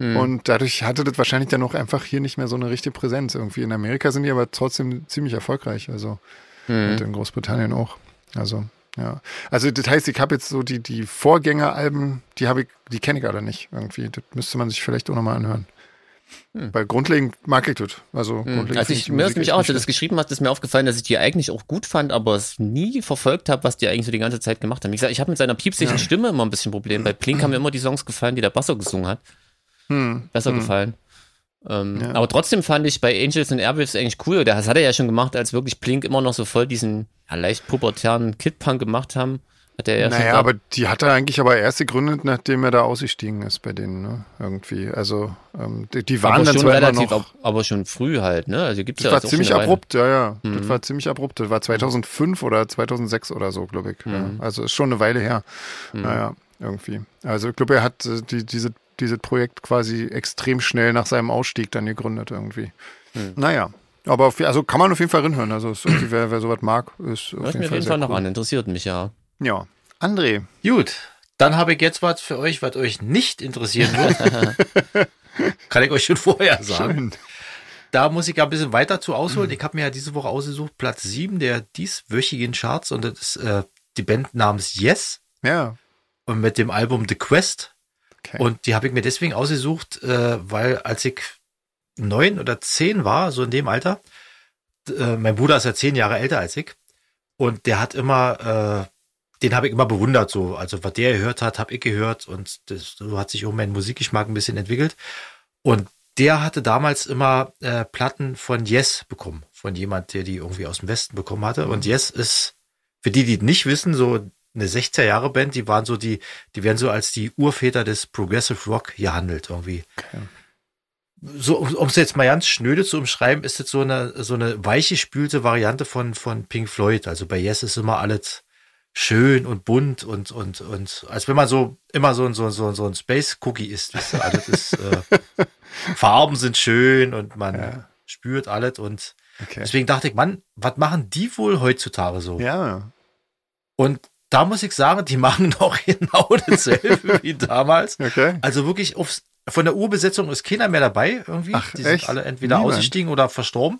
Und dadurch hatte das wahrscheinlich dann auch einfach hier nicht mehr so eine richtige Präsenz irgendwie. In Amerika sind die aber trotzdem ziemlich erfolgreich, also und
Mhm.
in Großbritannien auch. Also, ja. Also das heißt, ich habe jetzt so die, die Vorgängeralben, die habe ich, die kenne ich alle nicht irgendwie. Das müsste man sich vielleicht auch nochmal anhören. Weil grundlegend mag ich das. Also,
Hm,
grundlegend
Also
find
ich,
die
mir ist
Musik
nämlich
echt
auch, als
nicht
du das geschrieben hast, ist mir aufgefallen, dass ich die eigentlich auch gut fand, aber es nie verfolgt habe, was die eigentlich so die ganze Zeit gemacht haben. Wie gesagt, ich habe mit seiner piepsigen Stimme immer ein bisschen Probleme. Bei Plink haben mir immer die Songs gefallen, die der Basso gesungen hat.
schlecht. Hm.
Besser
Hm.
gefallen. Ähm,
Ja.
Aber trotzdem fand ich bei Angels and Airwaves eigentlich cool. Das hat er ja schon gemacht, als wirklich Plink immer noch so voll diesen ja, leicht pubertären Kid-Punk gemacht haben. Hat er ja schon
Naja,
da-
aber die hat er eigentlich aber erst gegründet, nachdem er da ausgestiegen ist bei denen, ne? Irgendwie. Also ähm, die, die waren
aber
dann
schon
zwar immer
relativ,
noch.
ab- aber schon früh halt, ne? Also gibt's
das
ja
war
jetzt auch
ziemlich
schon eine Weile.
abrupt, ja, ja.
Mhm.
Das war ziemlich abrupt. Das war 2005 oder 2006 oder so, glaube ich. Ja.
Mhm.
Also ist schon eine Weile her. Naja, irgendwie. Also ich glaube, er hat äh, die, diese, dieses Projekt quasi extrem schnell nach seinem Ausstieg dann gegründet irgendwie.
Mhm.
Naja. Aber auf, also kann man auf jeden Fall reinhören. Also ist irgendwie, wer, wer sowas mag, ist auf
Hör ich
jeden
mir auf
Fall,
jeden
sehr
Fall noch
cool.
an, interessiert mich ja.
Ja. André,
Gut, dann habe ich jetzt was für euch, was euch nicht interessieren wird. Kann ich euch schon vorher sagen.
schön.
Da muss ich ja ein bisschen weiter zu ausholen. Ich habe mir ja diese Woche ausgesucht, Platz 7 der dieswöchigen Charts und das ist äh, die Band namens Yes
Ja.
und mit dem Album The Quest.
Okay.
Und die habe ich mir deswegen ausgesucht, äh, weil als ich neun oder zehn war, so in dem Alter, d- äh, mein Bruder ist ja zehn Jahre älter als ich. Und der hat immer, äh, den habe ich immer bewundert, so. Also, was der gehört hat, habe ich gehört. Und das, so hat sich auch mein Musikgeschmack ein bisschen entwickelt. Und der hatte damals immer äh, Platten von Yes bekommen. Von jemand, der die irgendwie aus dem Westen bekommen hatte. Und Yes ist, für die, die es nicht wissen, so eine 60er-Jahre-Band, die waren so die, die werden so als die Urväter des Progressive Rock gehandelt, irgendwie. So, um es jetzt mal ganz schnöde zu umschreiben, ist das so eine, so eine weiche spülte Variante von, von Pink Floyd. Also bei Yes ist immer alles schön und bunt und, und, und, als wenn man so, immer so, ein- so, ein- so, ein- so ein Space Cookie ist, wisst ihr, alles ist, äh, Farben sind schön und man
Ja.
spürt alles und
Okay.
deswegen dachte ich, Mann, was machen die wohl heutzutage so?
Ja.
Und da muss ich sagen, die machen doch genau dasselbe wie damals.
Okay.
Also wirklich aufs, von der Urbesetzung ist keiner mehr dabei irgendwie.
Ach,
die
echt?
sind alle entweder
Niemand?
ausgestiegen oder verstorben.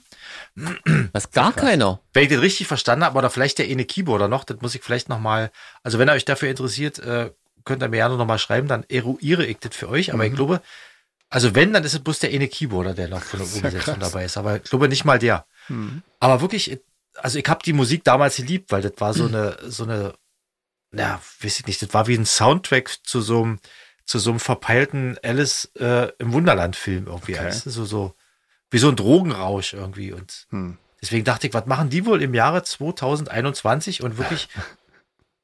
Was gar keiner.
Wenn ich den richtig verstanden habe, oder vielleicht der eine Keyboarder noch, das muss ich vielleicht nochmal, also wenn ihr euch dafür interessiert, äh, könnt ihr mir gerne nochmal schreiben, dann eruiere ich das für euch. Aber
Mhm.
ich glaube, also wenn, dann ist es bloß der eine Keyboarder, der noch von der
ist ja
Urbesetzung
krass.
dabei ist. Aber ich glaube nicht mal der.
Hm.
Aber wirklich, also ich habe die Musik damals geliebt, weil das war so eine, so eine, na, weiß ich nicht, das war wie ein Soundtrack zu so einem, zu so einem verpeilten Alice äh, im Wunderland-Film irgendwie.
Okay.
Also so, so, wie so ein Drogenrausch irgendwie. Und
Hm.
deswegen dachte ich, was machen die wohl im Jahre 2021 und wirklich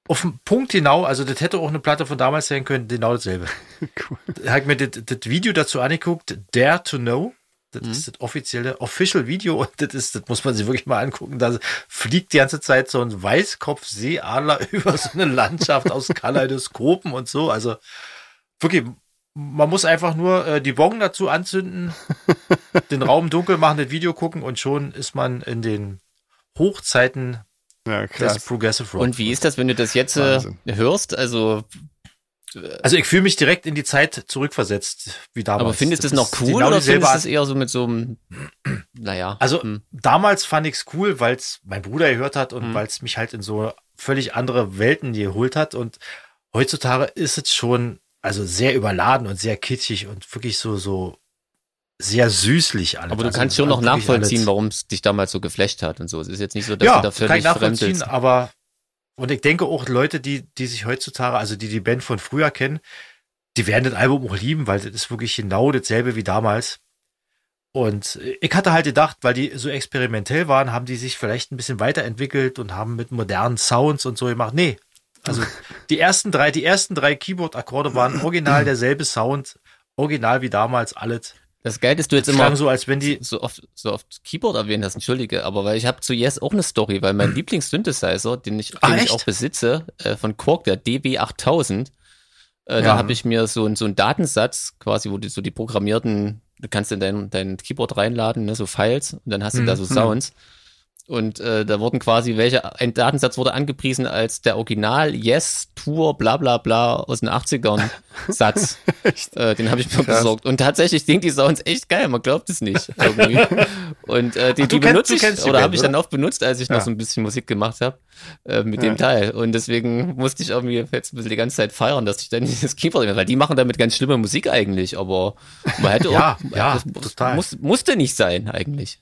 auf den Punkt genau, also das hätte auch eine Platte von damals sein können, genau dasselbe.
Cool.
Da hab ich mir das, das Video dazu angeguckt, Dare to Know. Das ist das offizielle, official Video und das ist, das muss man sich wirklich mal angucken. Da fliegt die ganze Zeit so ein Weißkopfseeadler über so eine Landschaft aus Kaleidoskopen und so. Also wirklich, man muss einfach nur äh, die Wong dazu anzünden, den Raum dunkel machen, das Video gucken und schon ist man in den Hochzeiten
Ja,
des
krass.
Progressive Rock.
Und wie ist das, wenn du das jetzt äh,
Wahnsinn.
hörst? Also
also ich fühle mich direkt in die Zeit zurückversetzt, wie damals.
Aber findest du es noch
ist
cool
genau
oder findest
dieselbe
du
Art-
es eher so mit so einem, naja.
Also
hm.
damals fand ich's cool, weil's mein Bruder gehört hat
Mhm.
und weil's mich halt in so völlig andere Welten geholt hat. Und heutzutage ist es schon also sehr überladen und sehr kitschig und wirklich so so sehr süßlich alles.
aber du
Also
kannst schon noch
wirklich
nachvollziehen,
alles.
warum es dich damals so geflecht hat und so. Es ist jetzt nicht so, dass
ja,
du da
kann
völlig
ich
fremd
nachvollziehen,
bist.
aber und ich denke auch Leute, die die sich heutzutage, also die die Band von früher kennen, die werden das Album auch lieben, weil das ist wirklich genau dasselbe wie damals. Und ich hatte halt gedacht, weil die so experimentell waren, haben die sich vielleicht ein bisschen weiterentwickelt und haben mit modernen Sounds und so gemacht. Nee. Also die ersten drei, die ersten drei Keyboard-Akkorde waren original derselbe Sound, original wie damals alles.
Das Geile ist, du jetzt
Es klang
immer
so, als wenn die.
so oft, so oft Keyboard erwähnt hast, entschuldige, aber weil ich habe zu Yes auch eine Story, weil mein Lieblings-Synthesizer, den ich,
Hm. Ah,
den ich
echt?
auch besitze, äh, von Korg, der DB8000, äh, da
Ja.
habe ich mir so, ein- so einen Datensatz quasi, wo du so die programmierten, du kannst in dein, dein Keyboard reinladen, ne, so Files, und dann hast du
Mhm.
da so Sounds. Und äh, da wurden quasi welche, ein Datensatz wurde angepriesen als der Original Yes Tour bla bla bla aus den 80ern Satz. äh, den habe ich mir
Krass.
besorgt. Und tatsächlich klingt die Sounds echt geil, man glaubt es nicht. Irgendwie. Und äh, die,
Ach, du
die
kennst-
benutze
du
ich,
kennst die
oder
Band,
habe ich dann oft benutzt, als ich
Ja.
noch so ein bisschen Musik gemacht habe. äh, mit dem Teil. Und deswegen musste ich irgendwie jetzt ein bisschen die ganze Zeit feiern, dass ich dann dieses Keyboard weil die machen damit ganz schlimme Musik eigentlich, aber man hätte
Ja,
auch,
ja,
das muss,
total.
muss, musste nicht sein eigentlich.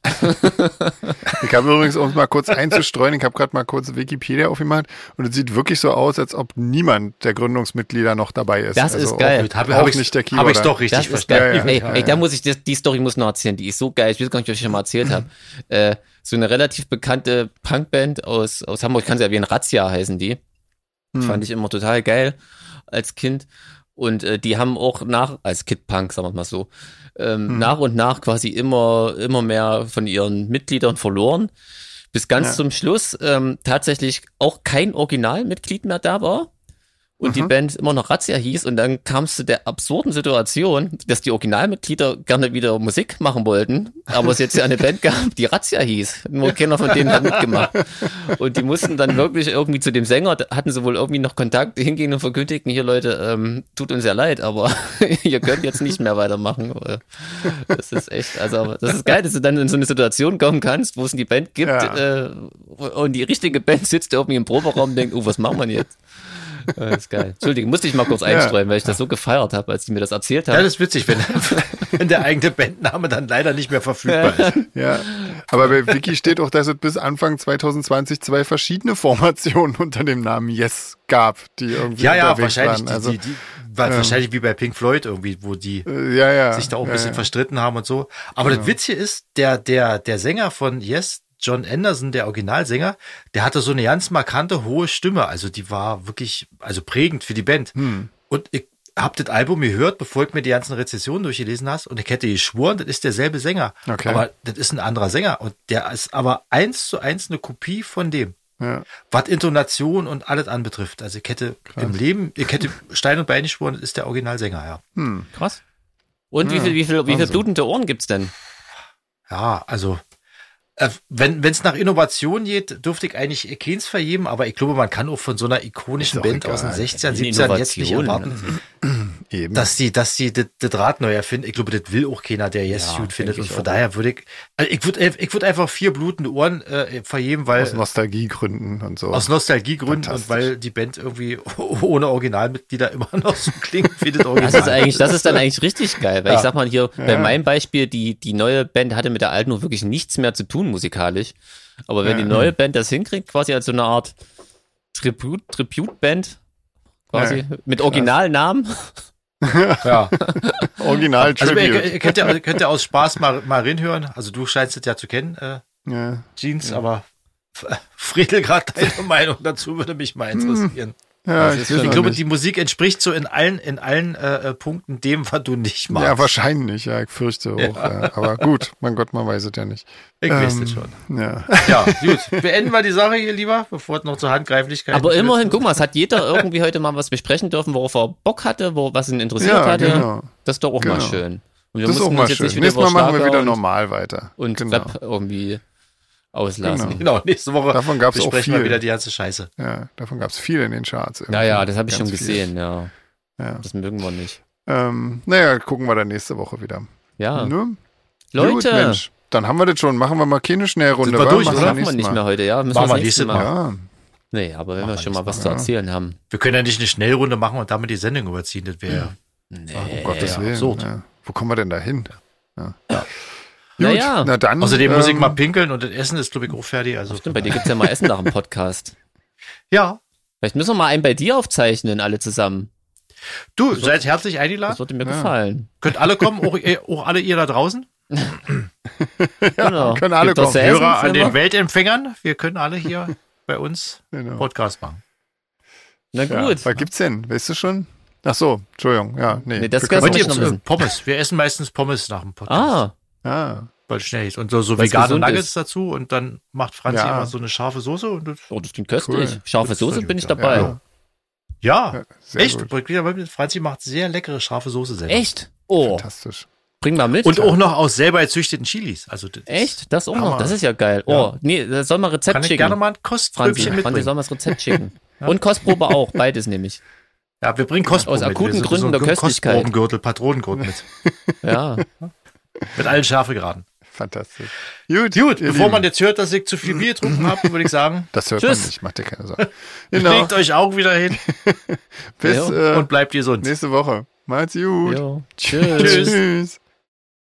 Ich habe übrigens, um es mal kurz einzustreuen, ich habe gerade mal kurz Wikipedia aufgemacht und es sieht wirklich so aus, als ob niemand der Gründungsmitglieder noch dabei ist. Also
Das ist
auch-
geil.
Habe
Auch
hab ich
nicht der
Habe ich
Keyboarder.
doch richtig
das ist
verstanden.
geil.
Ja, ja,
ey,
ja,
ey,
ja.
da muss ich, die, die Story muss noch erzählen, die ist so geil. Ich weiß gar nicht, ob ich schon mal erzählt habe. Äh, so eine relativ bekannte Punkband aus, aus Hamburg, ich kann sie erwähnen, Razzia heißen die.
Hm.
Fand ich immer total geil als Kind. Und äh, die haben auch nach, als Kid Punk, sagen wir mal so, ähm,
Hm.
nach und nach quasi immer, immer mehr von ihren Mitgliedern verloren. Bis ganz
Ja.
zum Schluss ähm, tatsächlich auch kein Originalmitglied mehr da war und die
Mhm.
Band immer noch Razzia hieß und dann kam es zu der absurden Situation, dass die Originalmitglieder gerne wieder Musik machen wollten, aber es jetzt ja eine Band gab, die Razzia hieß. Nur keiner von denen hat mitgemacht. Und die mussten dann wirklich irgendwie zu dem Sänger, da hatten sie wohl irgendwie noch Kontakt, hingehen und verkündigten, hier Leute, ähm, tut uns ja leid, aber ihr könnt jetzt nicht mehr weitermachen. weil Das ist echt, also aber das ist geil, dass du dann in so eine Situation kommen kannst, wo es die Band gibt
Ja.
äh, und die richtige Band sitzt irgendwie im Proberaum und denkt, oh, was machen wir denn jetzt? Ja, Das ist geil. Entschuldigung, musste ich mal kurz einstreuen, weil ich das so gefeiert habe, als die mir das erzählt
Ja,
haben.
das ist witzig, wenn, wenn der eigene Bandname dann leider nicht mehr verfügbar ist.
Ja, aber bei Wiki steht auch, dass es bis Anfang 2020 zwei verschiedene Formationen unter dem Namen Yes gab, die irgendwie
Ja, ja,
unterwegs
wahrscheinlich.
waren.
Die,
Also,
die, die, war wahrscheinlich wie bei Pink Floyd irgendwie, wo die
äh, ja, ja.
sich da auch ein
ja,
bisschen verstritten haben und so. Aber das Witzige ist, der, der, der Sänger von Yes, John Anderson, der Originalsänger, der hatte so eine ganz markante hohe Stimme. Also die war wirklich, also prägend für die Band.
Hm.
Und ich hab das Album gehört, bevor ich mir die ganzen Rezessionen durchgelesen hast. Und ich hätte geschworen, das ist derselbe Sänger.
Okay.
Aber das ist ein anderer Sänger. Und der ist aber eins zu eins eine Kopie von dem.
Ja.
Was Intonation und alles anbetrifft. Also ich hätte im Leben, ich hätte Stein und Bein geschworen, das ist der Originalsänger, ja.
Hm,
Krass. Und wie viel, wie viel, wie viel
Wahnsinn.
blutende Ohren gibt's denn?
Ja, also äh, wenn es nach Innovation geht, dürfte ich eigentlich Keynes vergeben, aber ich glaube, man kann auch von so einer ikonischen
Ist doch
Band aus den
egal.
16ern,
Die
17ern jetzt nicht
Innovation. ne?
erwarten,
Eben.
dass die, dass die das das Rad neu erfinden. Ich glaube, das will auch keiner, der Yes
Ja,
Shoot findet.
denke
Und
ich
von
auch.
daher würde ich, also ich würde ich würde einfach vier blutende Ohren äh, vergeben, weil
aus Nostalgiegründen und so.
aus Nostalgiegründen und
Fantastisch.
weil die Band irgendwie ohne Originalmitglieder immer noch so klingt wie das Original.
Das ist eigentlich, das ist dann eigentlich richtig geil, weil
Ja.
ich sag mal hier, bei meinem Beispiel, die, die neue Band hatte mit der alten nur wirklich nichts mehr zu tun musikalisch. Aber wenn
Ja.
die neue Band das hinkriegt, quasi als so eine Art Tribute, Tribute-Band, quasi
Ja.
mit Originalnamen,
ja.
Original
Also ihr,
Tribute.
ihr könnt, ja, könnt ja aus Spaß mal, mal reinhören. Also du scheinst es ja zu kennen, äh,
Ja.
Jeans, aber F- äh, Friedel, gerade deine Meinung dazu würde mich mal
Hm.
interessieren.
Ja,
ist
weiß
schon-
Ich
noch
glaube,
nicht.
die Musik entspricht so in allen, in allen äh, äh, Punkten dem, was du nicht magst.
Ja, wahrscheinlich, ja, ich fürchte auch. Ja. Aber gut, mein Gott, man weiß es ja nicht.
Ich
Ähm,
weiß das schon.
Ja.
Ja, gut. Beenden wir die Sache hier lieber, bevor es noch zur Handgreiflichkeit
aber
führt.
immerhin, guck mal, es hat jeder irgendwie heute mal was besprechen dürfen, worauf er Bock hatte, wo, was ihn interessiert
Ja,
hatte.
genau.
Das ist doch auch mal
Genau.
schön. Und wir
Das ist
mussten
auch mal
uns jetzt
schön.
nicht wieder
Nächstes
über
Mal machen wir
Schlager
wieder
und-
normal weiter.
und Rap irgendwie auslassen.
Genau.
Genau, nächste Woche
Davon gab's auch
besprechen wir
viel.
wieder die ganze Scheiße.
Ja, davon gab es viel in den Charts. irgendwie.
Ja, ja, das habe ich
Ganz
schon
viel.
gesehen, ja.
Ja.
Das mögen wir nicht.
Ähm, naja, gucken wir dann nächste Woche wieder.
Ja.
Ne?
Ah. Leute,
Gut, Mensch. Dann haben wir das schon. Machen wir mal keine Schnellrunde.
Sind wir
wa?
durch,
Machen
das
oder?
darf
nächstes
man nicht
Mal.
mehr heute, ja. Müssen
Machen
wir
wir
das nächste
nächstes Mal.
Mal.
Ja, um
Nee, aber wenn wir schon mal was
nächstes
zu
Mal, ja.
erzählen haben.
Wir können ja nicht eine Schnellrunde machen und damit die Sendung überziehen. Das wäre
Nee.
Oh
um Gottes
ja,
Willen.
absurd.
Ja. Wo kommen wir denn da hin? Ja. Gut,
Naja.
na dann.
Außerdem muss ich
ähm,
mal pinkeln und das Essen ist, glaube ich, auch fertig. Also,
Stimmt, bei dir gibt's ja mal Essen nach dem Podcast.
ja,
Vielleicht müssen wir mal einen bei dir aufzeichnen, alle zusammen.
du seid herzlich
Das
eingeladen.
würde mir
Ja.
gefallen.
Könnt alle kommen, auch, ihr- auch alle ihr da draußen.
Genau.
können alle
Gibt was
kommen.
zu essen
Hörer an
für
den
immer?
Weltempfängern. Wir können alle hier bei uns
Genau.
Podcast machen.
Na
Ja.
gut.
Was gibt's denn? Weißt du schon? Ach so, Entschuldigung. Ja, nee.
Nee, das kannst
Wir können
Heute
du muss
auch-
gibt's
noch
äh,
wissen.
Pommes. Wir essen meistens Pommes nach dem Podcast.
Ah,
Ah,
Weil es schnell ist. Und so, so
Weil's
vegane
gesund
Nuggets
ist.
dazu. Und dann macht Franzi
Ja.
immer so eine scharfe Soße. Und das,
oh, das klingt köstlich.
Cool.
Scharfe
Das
Soße
ist
bin ich
gut,
dabei.
ja.
ja,
sehr
echt.
gut.
Franzi macht sehr leckere scharfe Soße selber.
Echt? Oh,
Fantastisch.
bring mal mit.
Und auch noch aus selber erzüchteten Chilis. Also das
Echt? Das auch
Hammer.
noch? Das ist ja geil. Oh, nee, das soll mal Rezept
Kann ich
schicken.
gerne mal ein
Franzi,
Kostpröbchen
Franzi
mitbringen.
soll mal das Rezept schicken. Und Kostprobe auch, beides nämlich.
Ja, wir bringen Kostproben
Aus
mit.
akuten
Wir sind
Gründen der
ein
Köstlichkeit.
Kostprobengürtel, Patronengurt mit.
Ja,
Mit allen Schärfegraden.
Fantastisch.
Gut, Gut bevor man jetzt hört, dass ich zu viel Bier getrunken habe, würde ich sagen,
Das hört
Tschüss.
man nicht, macht dir keine Sorgen. Genau.
legt euch auch wieder hin
Bis
Jo.
äh,
und bleibt gesund.
nächste Woche. Macht's gut.
Jo. Tschüss.
Tschüss.